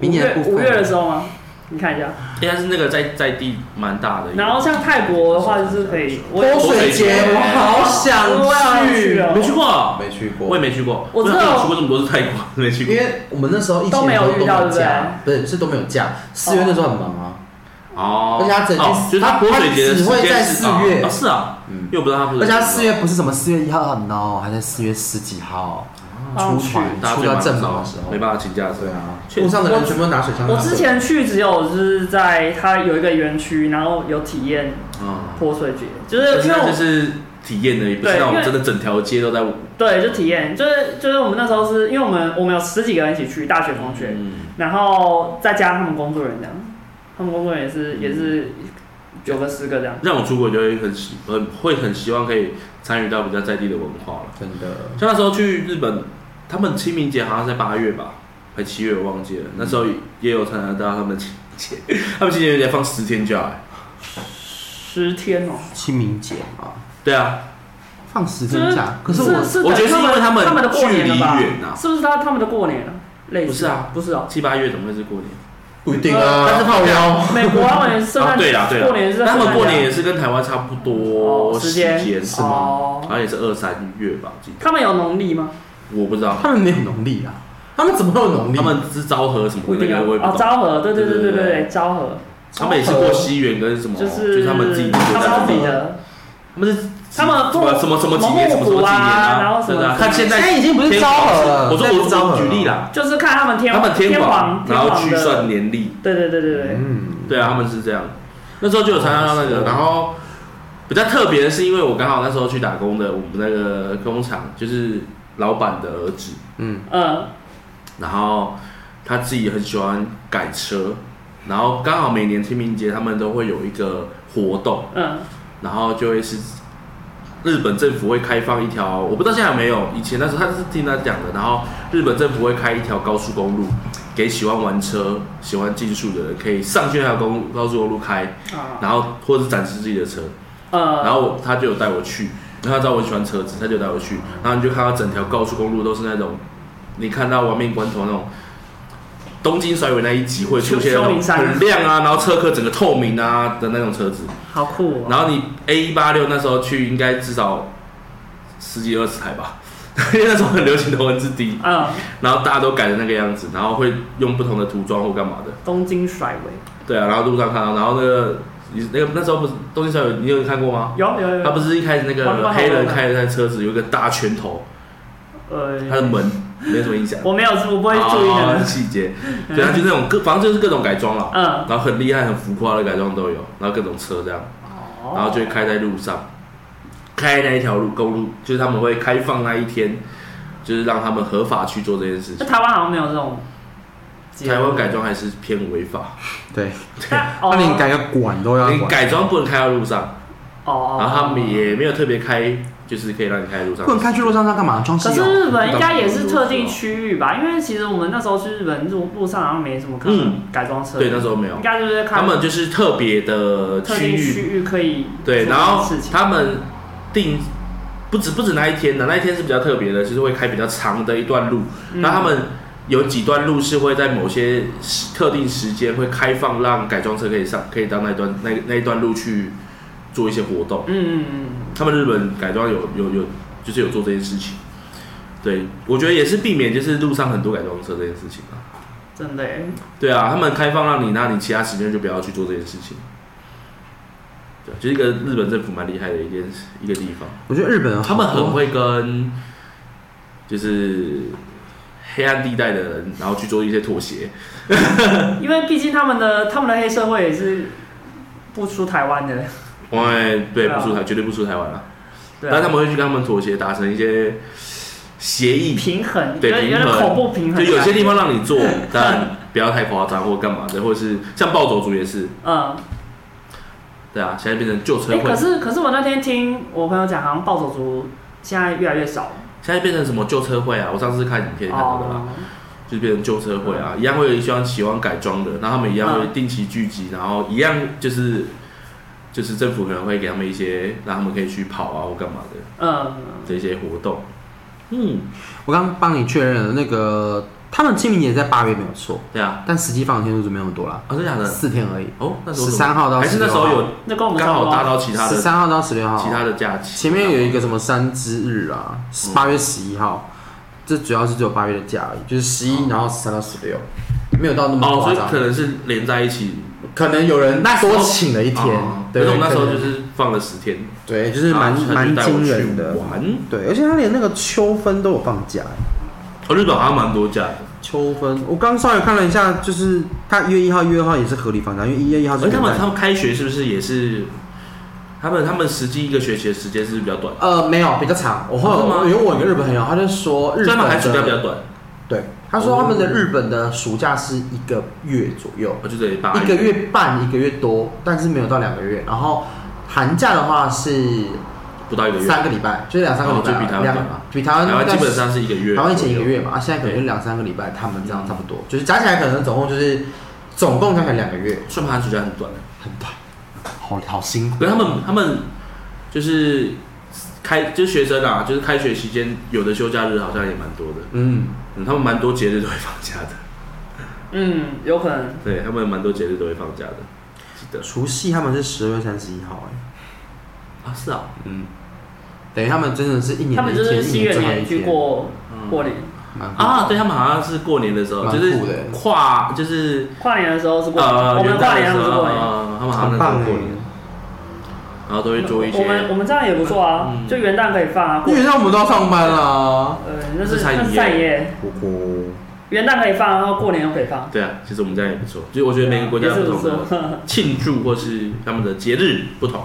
明年的部分
五月五月的时候吗？你看一下。
应该是那个在在地蛮大的一个。
然后像泰国的话，就是可以。我
泼水节我好想去，
我
没去过，
没去过，
我也没去过，
我知道
没有去过这么多次泰国， 没去过
因。为我们那时候疫情
都没有
的时候
遇到
都没假，不是是都没有假，四月那时候很忙啊，
哦，
而且他整天
哦就是他泼水节的
他
时
只会
间
在
是
四月
哦哦是啊，
嗯，
又不知道他泼
而
水
且
节
他四月不是什么四月一号很 no，还在四月十几号出
去。
团
大家
出
最
到
忙
正
候
忙的时候
没，办法请假的时候
对。啊，
确
路上的人全部都拿水枪。
我之前去只有就是在它有一个园区，然后有体验
嗯，
泼水节，就是
但是
因为
那就
我
是体验而已，不是
对
那
因
种
为
真的整条街都在舞。
对就体验，就是就是我们那时候是因为我们我们有十几个人一起去，大学同学，
嗯，
然后再加上他们工作人这样，他们工作人也是也是九个十个这样。
让我出国就会很希很会很希望可以参与到比较在地的文化了。
真的，
像那时候去日本，他们清明节好像在八月吧，还七月我忘记了。那时候也有参加到他们清明节，他们清明节放十天假、欸。
十天哦、
清明节嘛，
对啊，
放十天假，可是我
是
我觉得是因为
他
他们
他们的过年了吧
距离远啊
是不是他他们的过年啊？类似
不是啊，
不是啊，
七八月怎么会是过年？
不一定
呃
啊，
但是
泡腰，
美国他们圣
啊，
诞
对啦对啦，
过年是在
他
圣
们
诞
过年
节啊
也是跟台湾差不多
哦时间
是吗？
哦
好像也是二三月吧，我记得
他们有农历吗？
我不知道，
他们没有农历啊，他们怎么会有农历？
他们是昭和什么
嗯不一
那
定啊
个我也不
哦，
懂。
昭和，对对对对
对
对
对
对，昭和
他们也是过西元跟什么，
就
就是是他们自己国
他
家
们
的
自
历
己
史，
的，
他们是
他们
什么什么什么几年什么什
蒙古
么几年
啊，然后什
对啊
么，
看现在
现在已经不是
天
昭和了
我说
现在不
我
是昭和
我
了
举例啦，
就是看他们天
他们
天
皇，
皇
然后
天
去
皇的
算年历，
对对对对对，
嗯，
对啊，他们是这样。那时候就有参加到那个，然后比较特别的是，因为我刚好那时候去打工的，我们那个工厂就是老板的儿子，
嗯，
嗯，
然后他自己很喜欢改车，然后刚好每年清明节他们都会有一个活动，
嗯，
然后就会是日本政府会开放一条，我不知道现在有没有，以前那时候他是听他讲的，然后日本政府会开一条高速公路，给喜欢玩车、喜欢竞速的人可以上去那条公高速公路开，
啊，
然后或者是展示自己的车，
呃，
然后我他就有带我去，然后他知道我喜欢车子，他就带我去，然后你就看到整条高速公路都是那种，你看到亡命关头那种。东京甩尾那一集会出现
秋秋
那种
名山
很亮啊，然后车壳整个透明啊的那种车子，
好酷哦，
然后你 A 一八六那时候去，应该至少十几二十台吧，因为那时候很流行头文字 D，
嗯，
然后大家都改成那个样子，然后会用不同的涂装或干嘛的。
东京甩尾，
对啊，然后路上看到，然后那个你那个那时候不是东京小有你有看过吗？
有有有，
哦他不是一开始那
玩过好
个
玩
黑人
的
开的那车子有一个大拳头，
呃，
他的门没什么印象，
我没有，我不会注意
哦
的。
细节，对啊，就那种各反正就是各种改装了，
嗯，
然后很厉害、很浮夸的改装都有，然后各种车这样。然后
哦，
就会开在路上，开那一条路公路，就是他们会开放那一天，就是让他们合法去做这件事
那
情。
台湾好像没有这种节日。
台湾改装还是偏违法，
对，
但，哦
他连改个管都要
你
管，
改装不能开到路上，
哦，
然后他们也没有特别开，就是可以让你开在路上。
不能开去路上上干嘛？装饰
可是
哦。
日本应该也是特定区域吧？因为其实我们那时候去日本路路上好像没什么可
嗯
能改装车，
对，那时候没有
应，该就是看
他们就是特别的
特
区
定
域，
区域可以
对，
做这
然
件
后
事情
他们定不止不止那一天的，那一天是比较特别的，就是会开比较长的一段路。
嗯
那他们有几段路是会在某些时特定时间会开放，让改装车可以上，可以到那一段那那一段路去做一些活动。
嗯嗯嗯
他们日本改装有有有就是有做这件事情。对，我觉得也是避免就是路上很多改装车这件事情啊。
嗯，真的耶，
对啊，他们开放让你，那你其他时间就不要去做这件事情。对，就是一个日本政府蛮厉害的一件一个地方。
我觉得日本有
他们
好多
很会跟就是黑暗地带的人，然后去做一些妥协。
因为毕竟他们的他们的黑社会也是不出台湾的，
哎，对，
对啊
不出台，绝对不出台湾了。
对
但是他
啊，
们会去跟他们妥协，达成一些协议，
平衡，
对
有点有
平
点
衡
口不平衡
就
的感觉，
有些地方让 你做，但不要太夸张或干嘛的，或者是像暴走族也是，
嗯。
对啊，现在变成旧车
哎、
会
可，是可是我那天听我朋友讲，好像暴走族现在越来越少了。
现在变成什么旧车会啊？我上次看影片看到的啦，
哦，
就是变成旧车会啊，一样会有一些喜欢改装的，那他们一样
嗯
会定期聚集，然后一样就是就是政府可能会给他们一些让他们可以去跑啊或干嘛的
嗯，
这些活动。嗯，
我刚帮你确认了那个他们清明节在八月没有错，
对啊，
但实际放的天数就没那么多啦，
啊，真的假的？
四天而已。
哦，那时候怎么
13号到
还是那时候
16号
有
那跟我们
刚
差不
好搭
多。
到其他的
十三号到十六号，
其他的嗯假期，
前面有一个什么三之日啊，八月十一号，这主要是只有八月的假而已，就是十一，然后十三到十六，没有到那么
哦哦，所
夸
以
张。
可能是连在一起
可能有人
那时候
多请了一天
哦，可
对，
是我们那时候
可
就
能
是放了十天，
对，就是
然
蛮
后他就
蛮
带我
惊
去
人的。
玩。
对，而且他连那个秋分都有放假，
哦，日本好像蛮多假的，
秋分我刚稍微看了一下，就是他一月一号、一月二号也是合理放假，因为一月一号是
哦而他
元
们
旦
他们开学是不是也是？他们他们实际一个学期的时间是比较短，
呃，没有比较长。我
哦是吗
后有我一个日本朋友，他就说日
所以他
本
们寒暑假比
的
较短，
对，他
哦
说他们的日本的暑假是一个月左右，
我哦就等于八
一个月半一个月多，但是没有到两个月。然后寒假的话是
不到一个月，
三个礼拜，就是两三个礼拜
哦
啊，
就比台湾
两
短
个比台湾
台湾
大概
基本上是一个月，
台湾以前一个，月嘛，啊，现在可能就两三个礼拜，他们这样差不多，就是加起来可能总共就是嗯总共加起来两个月，
算寒暑假很短。
很短，好好辛苦。
可是他们他们就是开就是学生啊，就是开学期间有的休假日好像也蛮多的，
嗯，
嗯，他们蛮多节日都会放假的，
嗯，有可能。
对他们蛮多节日都会放假的，记得
除夕他们是十二月三十一号、哎，
啊是啊，
嗯，等于他们真的是一年
他们就
一
是
天
西元年去，过
嗯
过年，
蛮酷的
啊，对他们好像是过年的时候，
蛮
就
酷
是
的
跨就是
跨年的时候是过年，
呃
我们
元
跨
旦的
年
时
他们是
候，
过年。
呃他们好像
很
那时
棒
候
哎、
过年，然后都会做一些
我们我们这样也不错啊，
嗯
就元旦可以放啊。过
因为像我们都要上班啊啦，
呃，那
这
是
是餐饮
那是
业
餐饮业，
不过
元旦可以放，然后过年又可以放。
对啊，其实我们这样也不错，就是我觉得每个国家
也
有
是
不
不
同的
错。
庆祝或是他们的节日不同，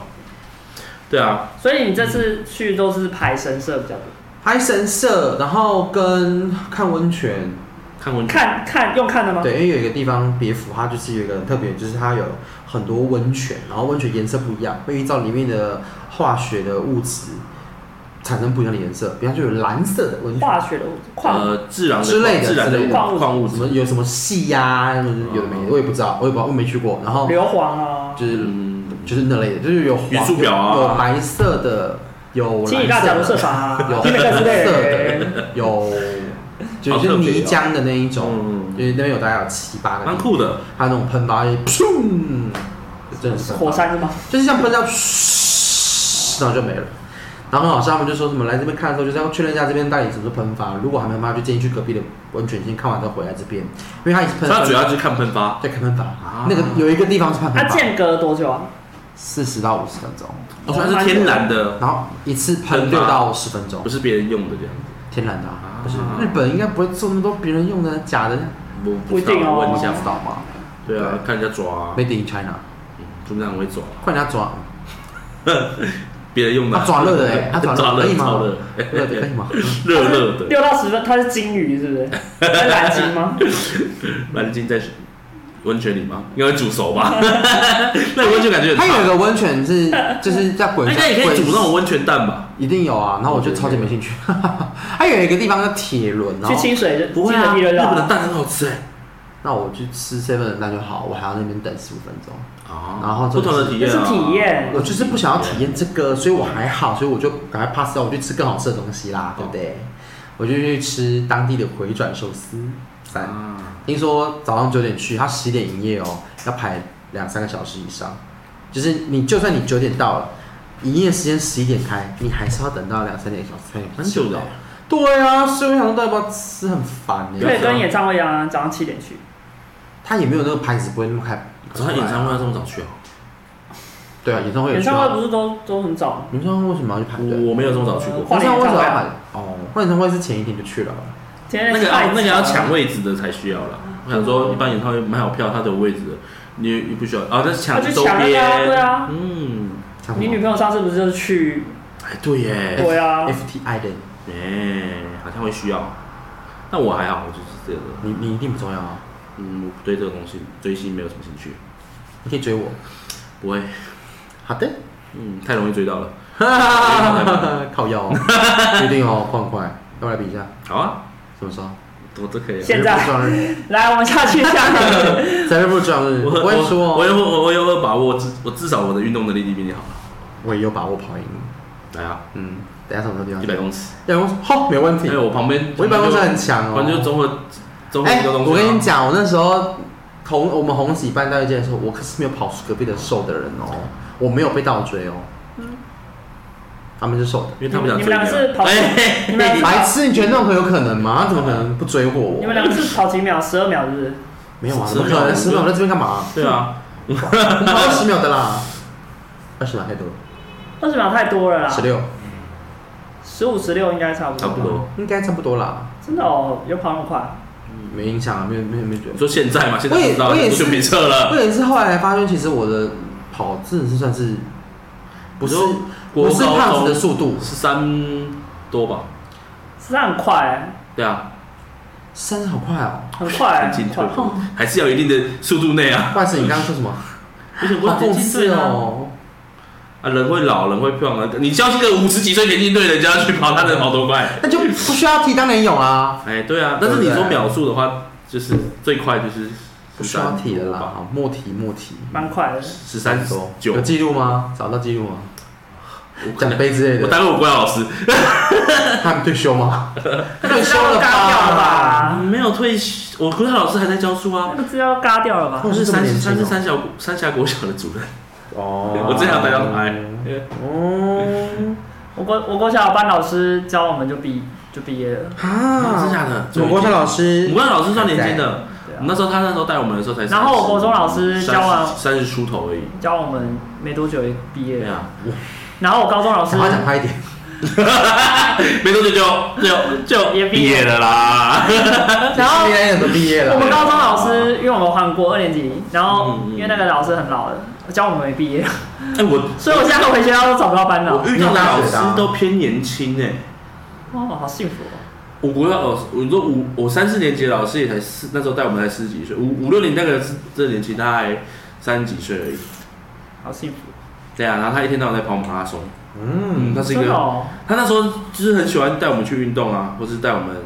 对啊，
所以你这次去都是排神社比较多，
拍神社，然后跟看温泉，
看文
看看用看的吗？
对，因为有一个地方别府，它就是有一个很特别，就是它有很多温泉，然后温泉颜色不一样，会依照里面的化学的物质产生不一样的颜色，比方说有蓝色的温泉
化学的矿
呃自然的
之类的
自然
之类
的
的
矿物
矿物
什
质，
么有什么系呀、那种有的没的，我也不知道，我也不知道，我没去过。然后
硫磺啊，
就是
嗯，
就是那类的，就是有黄
元素表啊
有有白色的，有
清
蓝
理大甲
色
如设
的，
法啊，
有
那个之类的。
有就
好特
是
别哦
泥浆的那一种，
嗯，
就是那边有大概有七八个地
蛮
方，
酷的，
还有那种喷发，就是砰，真的是
火山是吗？
就是像喷到，然后就没了。然后很好笑，他们就说什么来这边看的时候，就是要确认一下这边到底是不是喷发，如果还没喷发，就建议去隔壁的温泉先看完再回来这边，因为他已经
所
喷
以它主
发。
要就是看喷发，
在看喷发，
啊
那个有一个地方是看
它
喷发，
间隔多久啊？
四十到五十分钟，
哦，所以它是天然的，
然后一次喷
喷
六
发
到十分钟
不，是别人用的这样子，
天然的、啊
啊，
不是日本应该不会做那么多别人用的假的，
我
不一定哦
问
你
一
想
下
知，道吗
对啊，看人家抓啊，
？Made in China，
嗯就那样会抓，
快点抓，
别人用的啊
他抓热的哎，他抓
抓
热
热
可以吗
抓热？
热的可以吗？
热热的，
六到十分，它是金鱼是不是？它是蓝鲸 吗？
蓝鲸在温泉里吗？应该会煮熟 吧？那个温泉感觉很
它有一
烫，
个温泉是就是在滚
那
下，
应该也可以
滚
煮那种温泉蛋吧？
一定有啊。然后我就超级没兴趣。 它有一个地方叫铁轮，然
去
后
清水就
不会啊，
清水地
日本
热
的
啊。
蛋很好吃哎，
那我去吃 seven 那就好，我还要那边等十五分钟。
啊
然后就
不
是
同的体
那
验啊，
哦是体验
我就是不想要体验这个，所以我还好，所以我就赶快 pass 掉，我去吃更好吃的东西啦，对不对？我就去吃当地的回转寿司三，
啊，
听说早上九点去，它十点营业哦，要排两三个小时以上。就是你就算你九点到了，营业时间十一点开，你还是要等到两三点小时才能
蛮久的欸。
对啊，所以我想说到底要不要吃，很烦哎、
可以跟演唱会一样啊，早上七点去。
他也没有那个牌子，不会那么开。
早上演唱会要这么早去哦？
对啊，演唱会有
演
去
唱
啊
会不是都都很早吗？
演唱会为什么要去排队？演
我没有这么早去过，
换了
唱
演
会为什
唱
么
会
要
啊
排？哦，换演唱会是前一天就去了。
天天
那个
嗯
啊
太
要那个要
早了
抢位置的才需要啦。我想说，一般演唱会买好票，他都有位置的，你你不需要啊？但是抢
他去
周
抢那个啊对
边，
啊。
嗯，
唱
你女朋友上次不是就是去？
哎，对耶，
对啊，
F T I 的，
哎，好像会需要。那我还好，我就是这个，
你你一定不重要啊！
嗯，我对这个东西追星没有什么兴趣，
你可以追我。
不会，
好的，
嗯，太容易追到 了。
靠腰、哦，决定哦， 快很快，要不要来比一下？
好啊，
什么时候？
我都可以啊。
现在
生 日，
来我们下去 下去。
生日不是生日，
我
我会说
我我
哦，
有我我有把握，至我至少我的运动能力比你好了。
我也有把握跑赢你。
来啊，
嗯，等一下什么时候地方
一？百公尺，
要用好，没问题
哎哎，。我旁边
嗯我一百公尺
旁边
很强
就
哦。
反正就综合中
哎、
山高中、啊
我跟你，讲，我那时候同我们红喜办到一件的时候，我可是没有跑出隔壁的瘦的人哦，我没有被倒追哦，
嗯
他们是瘦的。
因为他们想
你
追
们两个
啊
是跑，
哎
你们两个是
白
跑，
痴，你觉得那种很有可能吗？他怎么可能不追过
你
我？
们两个是跑几秒？十二秒是不是？
没有啊，
十
怎么可能？
秒
十秒我在这边干 嘛？
对啊，
二十秒的啦，二十秒太多了，
二十秒太多了啦，
十六
十五、十六应该差不
差
多。
不多。
应该差不多啦，
真的哦，有跑那么快？
没影响啊，没有没有没有觉得
你。说现在嘛，现在
我也
不知道
我也
就是评测
我
了。
也是后来才发现，其实我的跑真的是算是不是
你说国
不是
高
胖子的
中
速度，
是三多吧？
实际上很快、欸
对啊，
三十好快哦。
很快、
很进
很
退
快。
步，还是要有一定的速度内啊。
不好意思，你刚刚说 什么？
而且
好讽刺哦！
啊，人会老，人会胖啊。你叫这个五十几岁田径队的人家去跑，他能跑多快？
那就不需要踢当年勇啊，
哎，对啊。但是你
对
说
不对
秒数的话，就是最快就是
不需要踢的啦，好默提默提。
蛮快的，
十三九
有。记录吗？找到记录吗？
我可
奖
能
杯之类的，
我当过国小老师，
他们退休吗？
那个
退
资
休
料
了
都嘎掉了
吧？
啊，
吧？
没有退休，我国小老师还在教书啊
那。个资料嘎掉了吧？
哦
我是
这么
三
年轻
三
哦
是三小三峡国小的主任，
哦
我这样才要来。对
哦
我国我国小班老师教我们就毕就毕业了，
啊！
真的假的
我国小老
我
师
们，老师算年轻的，
对
我
啊
们。那时候他那时候带我们的时候才30。
然后我国中老师教完
三十出头而已。
教我们没多久也毕业
对
了，
啊，
然后我高中老师
讲话讲快一点。
没多久就就就
也毕
毕
业
业了啦。
然后
现在都毕业
我
了
们，高中老师，因为我们换过二年级，然后
嗯嗯
因为那个老师很老了，教我们没毕业，
哎，我
所以我现在回学校都找不到班
我
了。
遇到的老师都偏年轻哎。
哦，好幸福哦！
我国小老师，我说五我三四年级的老师也才四，那时候带我们才四十几岁，五五六年那个是这年纪他还三十几岁而已。
好幸福，
对啊，然后他一天到晚在跑马拉松，嗯，
嗯，
他是一
真
个
的哦，
他那时候就是很喜欢带我们去运动啊，或是带我们，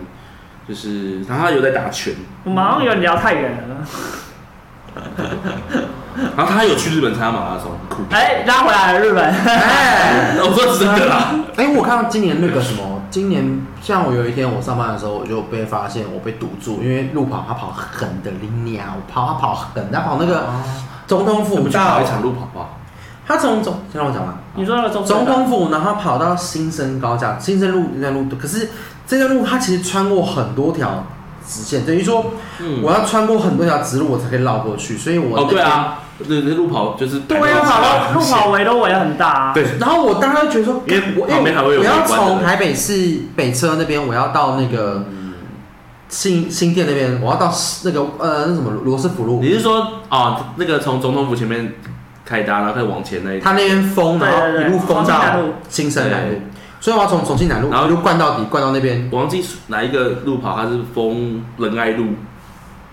就是然后他有在打拳，
我们好像有点聊太远了。
然后他有去日本参加马拉松，酷。
哎，拉回来了日本，
哎。
我说真的啦，
哎、我看到今年那个什么，今年像我有一天我上班的时候，我就被发现我被堵住，因为路跑他跑狠的林鸟，我跑他跑狠，他跑那个总统
哦
我
府
们去跑
到
一，场路跑吧。
他从总先让我讲完，
你说那个中
总统府，然后跑到新生高架，新生路那段路，可是这段路它其实穿过很多条直线，等于说
嗯，
我要穿过很多条直路我才可以绕过去，所以我
哦
那
对
天
啊，那那路跑就是
对啊，路跑路跑围都围得很大啊。
对
然后我当时就觉得说，
因为
我
旁边还会有
我要
围观的
从台北市北车那边，我要到那个
嗯
新新店那边，我要到那个呃那什么罗斯福路
你，是说哦那个从总统府前面开搭，然后开始往前那一
他那边封，然后
对对
一
对
路封
重庆
到
南路
新生南路
对，
所以我要从重庆南路
然后
一路灌到底，灌到那边。
我忘记哪一个路跑，它是封仁爱路，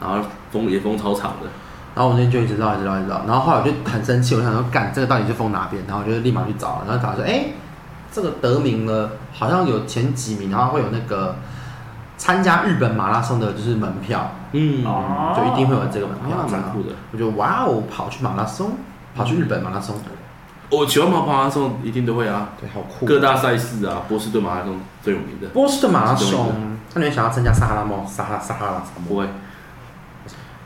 然后封也封超长的。
然后我那天就一直绕，一直绕，一直绕。然后后来我就很生气，我想说，干这个到底是封哪边？然后我就立马去找，然后找说，哎，这个得名了，好像有前几名，然后会有那个参加日本马拉松的，就是门票。
嗯，
哦
就一定会有这个门票
啊，，
这
蛮
样
酷的。
我就哇哦，跑去马拉松，跑去日本马拉
嗯
松，
我喜欢跑马拉松，一定都会啊。
对，好酷。哦
各大赛事啊，波士顿马拉松最有名的，
波士顿马拉松
是，
那你会想要参加撒哈拉吗？撒哈拉撒哈拉沙
不
漠？
会，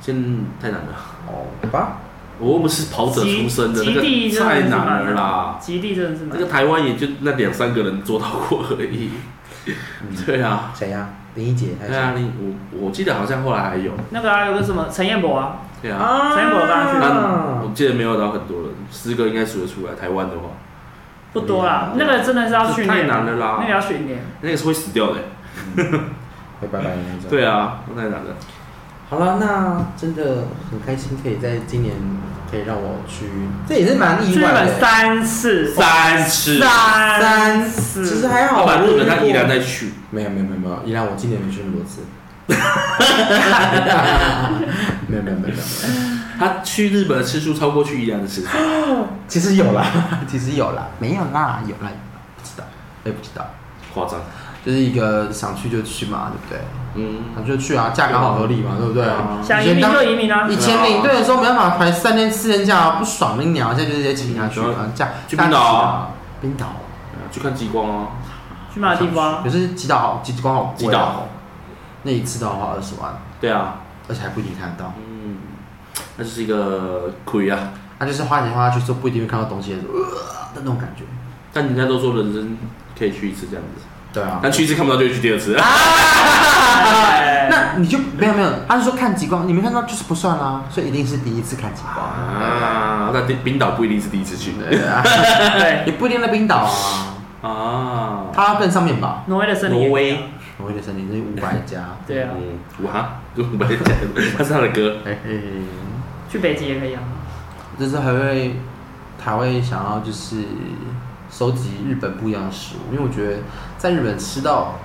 现在太难了。
哦，好吧，
我又不是跑者出身的，
极
那
极地
个
真的
太
是
难
蛮
了啦。
极地真的是
那
蛮
个台湾也就那两三个人做到过而已。
嗯
对啊，
谁呀？林一杰还是
对啊，
谁？
你我我记得好像后来还有，
那个啊，有个什么陈彦博啊，
对啊，
啊
陈彦博当然去
但我记得没有到很多人，四个应该数得出来。台湾的话，
不多啦，那个真的是要训
嗯太
练，
难了啦哦
那个要训练。
那个是会死掉的。
会拜拜的那种。，
对啊，太难了。
好了，那真的很开心，可以在今年可以让我去，这也是蛮意
去日
外
本
的。
三次，
三次，
三
三次，
次，
其实还好。
他把日
我
本他
遇
依
过
然在去，
没有没有没有没有，依然我今年没去那么多次。没有没有没有没有。
他去日本的次数超过去宜兰的次数。
其实有啦，其实有啦，没有啦，有啦，不知道，我也不知道，
夸张。
就是一个想去就去嘛，对不对？
嗯，
想去就去啊，价格好合理嘛，对不对
嗯？
想移民就移民啊
以。前领队的时候没办法排三天四天假，不爽你鸟，现在就直接请下去
嗯
啊，假
去冰岛啊
啊，冰岛，
去看极光哦。
去哪个地方
可？是极岛好，极光好贵
极
哦
岛，
那一次都要花二十万，
对啊，
而且还不一定看得到。
嗯，那就是一个亏啊。
他就是花钱花下去，说不一定会看到东西的时候，呃的那种感觉。
但人家都说人生可以去一次这样子，
对啊，
但去一次看不到就会去第二次。
哎
那你就没有没有，他是说看极光，你没看到就是不算啦，所以一定是第一次看极光。
啊，那冰冰岛不一定是第一次去
对啊，
对，
也不一定在冰岛啊，
啊。
他要奔上面吧。
挪威的森林也
挪
可以
威
啊，
挪威的森林是五百 家，
对啊，
嗯，哇，五百讲，那是他的歌。
嘿嘿，
去北极也可以啊。
就是还会，还会想要就是收集日本不一样的食物，因为我觉得在日本吃到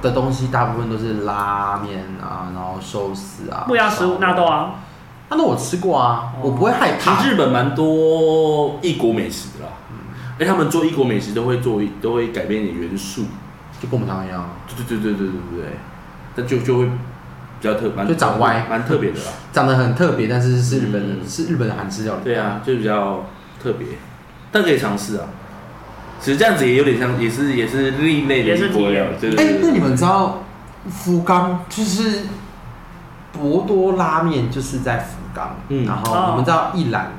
的东西大部分都是拉面啊，然后寿司啊，
不一样食物纳豆，啊，
纳豆我吃过啊，
哦
我不会害
其
怕
实。日本蛮多异国美食的啦，哎，他们做异国美食都会做一，都会改变点元素。
就跟我们常一样，
对对对对对对对，那就就会比较特，蛮
就长歪
蛮特别的啦。
长得很特别，但是是日本人，
嗯
是日本的韩式料理。
对啊，就比较特别，但可以尝试啊。其实这样子也有点像，也是也是另类的
也是
异国料理。
体
对对
哎、
对
那你们知道福冈就是博多拉面就是在福冈，
嗯
然
哦
后你们知道一兰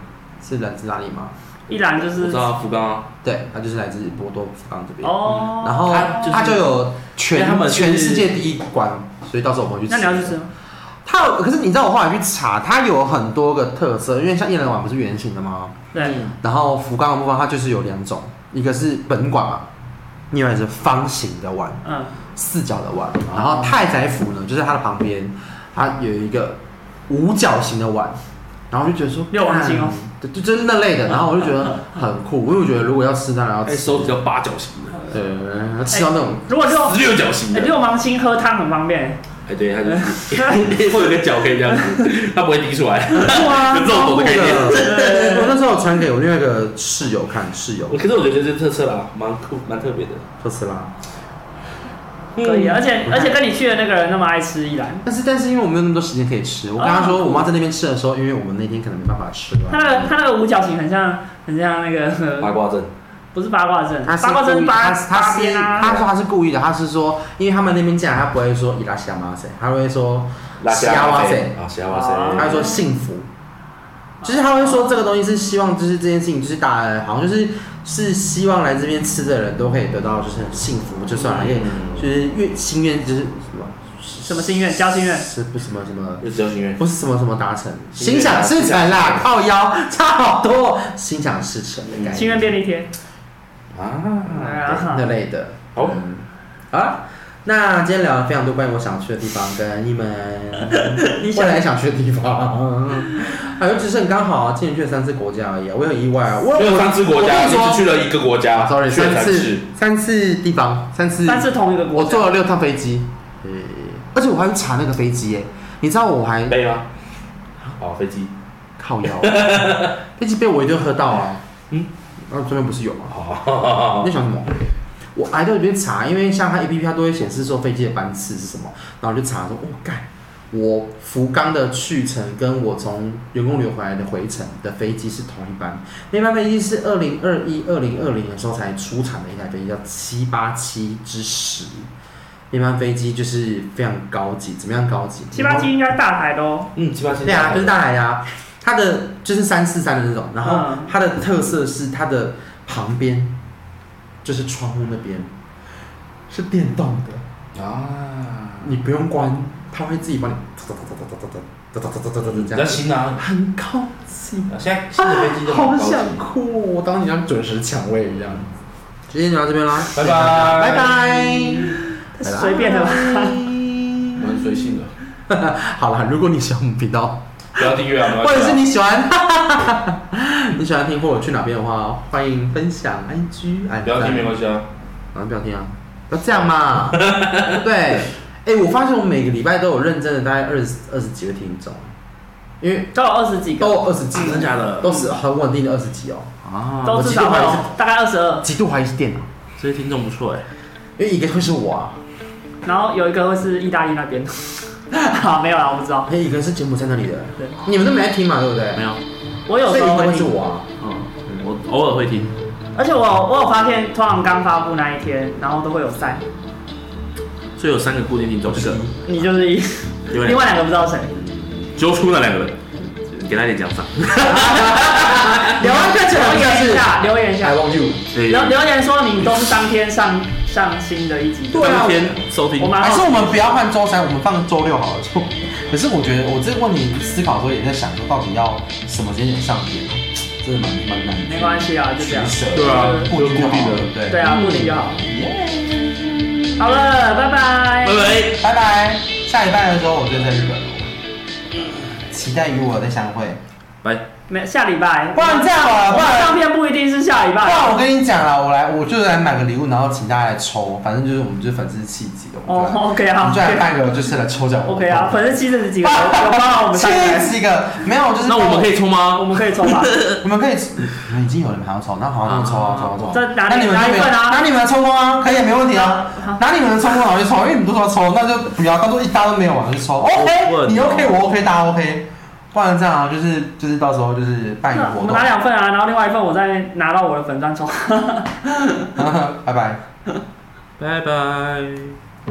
是来自哪里吗？
一兰就
我
是
知道福冈啊，
对，它就是来自博多福冈这边。
嗯
哦，
然后
它就是
它就有
因
全
为他们是
全世界第一关，所以到时候我们去吃。
那你要去吃？吗？
它有，可是你知道我后来去查，它有很多个特色，因为像燕兰碗不是圆形的吗？
嗯
对，
然后福冈的部分它就是有两种，一个是本馆嘛，另外一个是方形的碗。
嗯，
四角的碗，然后太宰府呢，就是它的旁边，它有一个五角形的碗，然后我就觉得说
六芒星哦，
对，就就是那类的，然后我就觉得很酷，因为我觉得如果要吃当然要
哎，
吃，
手比较八角形的，
对，呃吃到那种
如果六
十六角形
哎
的，
六芒星喝汤很 方便，
哎，对，它就是 会有个角可以这样子，它不会滴出来，
不啊
有，肉
超
毒
酷
的
的。
概念。
我那时候有传给我另外一个室友看，室友
可是我觉得这是特色啦，蛮酷，蛮特别的。
特斯拉，
可以，啊而且而且跟你去的那个人那么爱吃一兰，
但是但是因为我没有那么多时间可以吃，我跟他说我妈在那边吃的时候，因为我们那天可能没办法吃
他
了，
那个他那个五角形很像很像那个
八卦阵，
不是八卦阵，
他是
八卦
故
阵
意，
八
他是他
八
是
边
他
啊，
说他是故意的，他是说，因为他们那边讲，他不会说伊拉西亚马塞，他会说虾哇塞，
啊，虾哇塞，
他会说幸福，就是他会说这个东西是希望，就是这件事情，就是大家好像就是是希望来这边吃的人都可以得到就是很幸福就算了，因为就是愿心愿就是什么
什么心愿？交心愿？
是不什么什么。
又只有音乐，
不是什么什么达成，
心
心
愿
想
达成
事成啦，靠腰差好多，心想事成的感觉，
心愿便利贴，
啊，
啊
那类的。
好，
嗯，好了，那今天聊了非常多关于我想去的地方，跟 你们
你
未
想
来想去的地方，还有只是很刚好啊今年去了三次国家而已啊，我很意外啊，我
没有三次国家，
我跟你
你只
说
去了一个国家
，sorry，
去了
三
次
次，三次地方，三次，
但是同一个
我
国
坐
家，
了六趟飞机，呃，而且我还去查那个飞机耶，你知道我还
背吗？哦，飞机，
靠 腰，飞机杯我一定会喝到啊，
嗯，
然后这边不是有吗？
哦，
你在想什么？我还在那边查，因为像它 A P P 它都会显示说飞机的班次是什么，然后我就查说，哦，干，我福冈的去程跟我从员工旅游回来的回程的飞机是同一班，那班飞机是二零二一、二零二零的时候才出产的一台飞机，叫七八七之十。那班飞机就是非常高级，怎么样高级？
七八七应该大台的哦，
嗯，七八七，
对啊，就是大海呀、它的就是三四三的那种，然后
嗯
它的特色是它的旁边就是窗户那边是电动的，
啊，
你不用关，它会自己帮你哒哒哒哒哒哒哒哒哒哒哒哒哒
比较
这样，
新啊，
很高级。
现在新的飞机都
好
很高级
想哭、哦，我当你像准时抢位一样。今天就到这边啦，
拜拜
拜拜，
随便的吧。
我很随性的，
好了，如果你喜欢我们频道，
不要订阅啊，没关
或
系啊
者是你喜欢， 你喜欢听或者去哪边的话，欢迎分享 IG，哎，
不要听没
啊，
关系啊，
不要听啊，不要这样 嘛，对，哎，我发现我每个礼拜都有认真的大概二十二十几个听众，因为
都有二十几
都
个，
有二十几，
真的假的
都是很稳定的二十几哦，
啊
都至少会有大概二十二，
极度怀疑是电脑，
这些听众不错哎，
因为一个会是我啊，
然后有一个会是意大利那边 的，好没有啦，我不知道，
还有一个是柬埔寨那里的
对，
你们都没来听嘛，对不对？
啊没有，
我有
所以
时
一
候
个
会
会是
听，
我啊，
嗯，我偶尔会听，
而且我有我有发现，通常刚发布那一天，然后都会有赛，
所以有三个固定听众，一个
你就是一，
另外
另
两
外
个
两个不知道谁，
揪出那两个人，给他一点奖赏。
留一个 留言一下，留言一下
，I，want you。
对
留留言说你都是当天上上新的一集的，
对啊
当天收听
我，蛮
还
好
是
奇
我们不要换周三，我们放周六好了。就可是我觉得我这个问题思考的时候也在想，说到底要什么时间点上片，真的蛮蛮难。
没关系啊，就这
取
样，
舍。
对啊，就
固
固
定
定
就好了
的，，
对
对，啊，固定就好。
耶，
好了，拜拜
拜。拜。
拜拜。下礼拜的时候我就在日本了，期待与我的相会。
拜。
没下礼拜，
不然这样好了
我
不
们
然
上片不一定是下礼
不
拜
然我
啊。
跟你讲了，我来，我就来买个礼物，然后请大家来抽，反正就是我们就是粉丝契机的，我
哦
们就来
，OK
我
啊
们就来办个就是来抽奖活动。
，OK 啊，粉丝七十几个，我帮了我们上台，
七十个没有，就是呃
那我们可以抽
我
吗？
们可以抽 吧？
我们可以，你们已经有人还要抽，那好，那我抽啊抽啊抽啊。
再拿
那你们
拿
就
一
没有
份啊
拿你们的抽风啊，可以没问题啊
好。
拿你们的抽风拿去抽，因为你们都说抽，那就不要，当做一搭都没有往去抽。
我
OK，你
哦
问
OK，我 OK，大家 OK。不然这样啊，就是就是到时候就是办一个
那
活
我们
动
拿，两份啊，然后另外一份我再拿 到我的粉钻抽。
拜拜。
拜拜。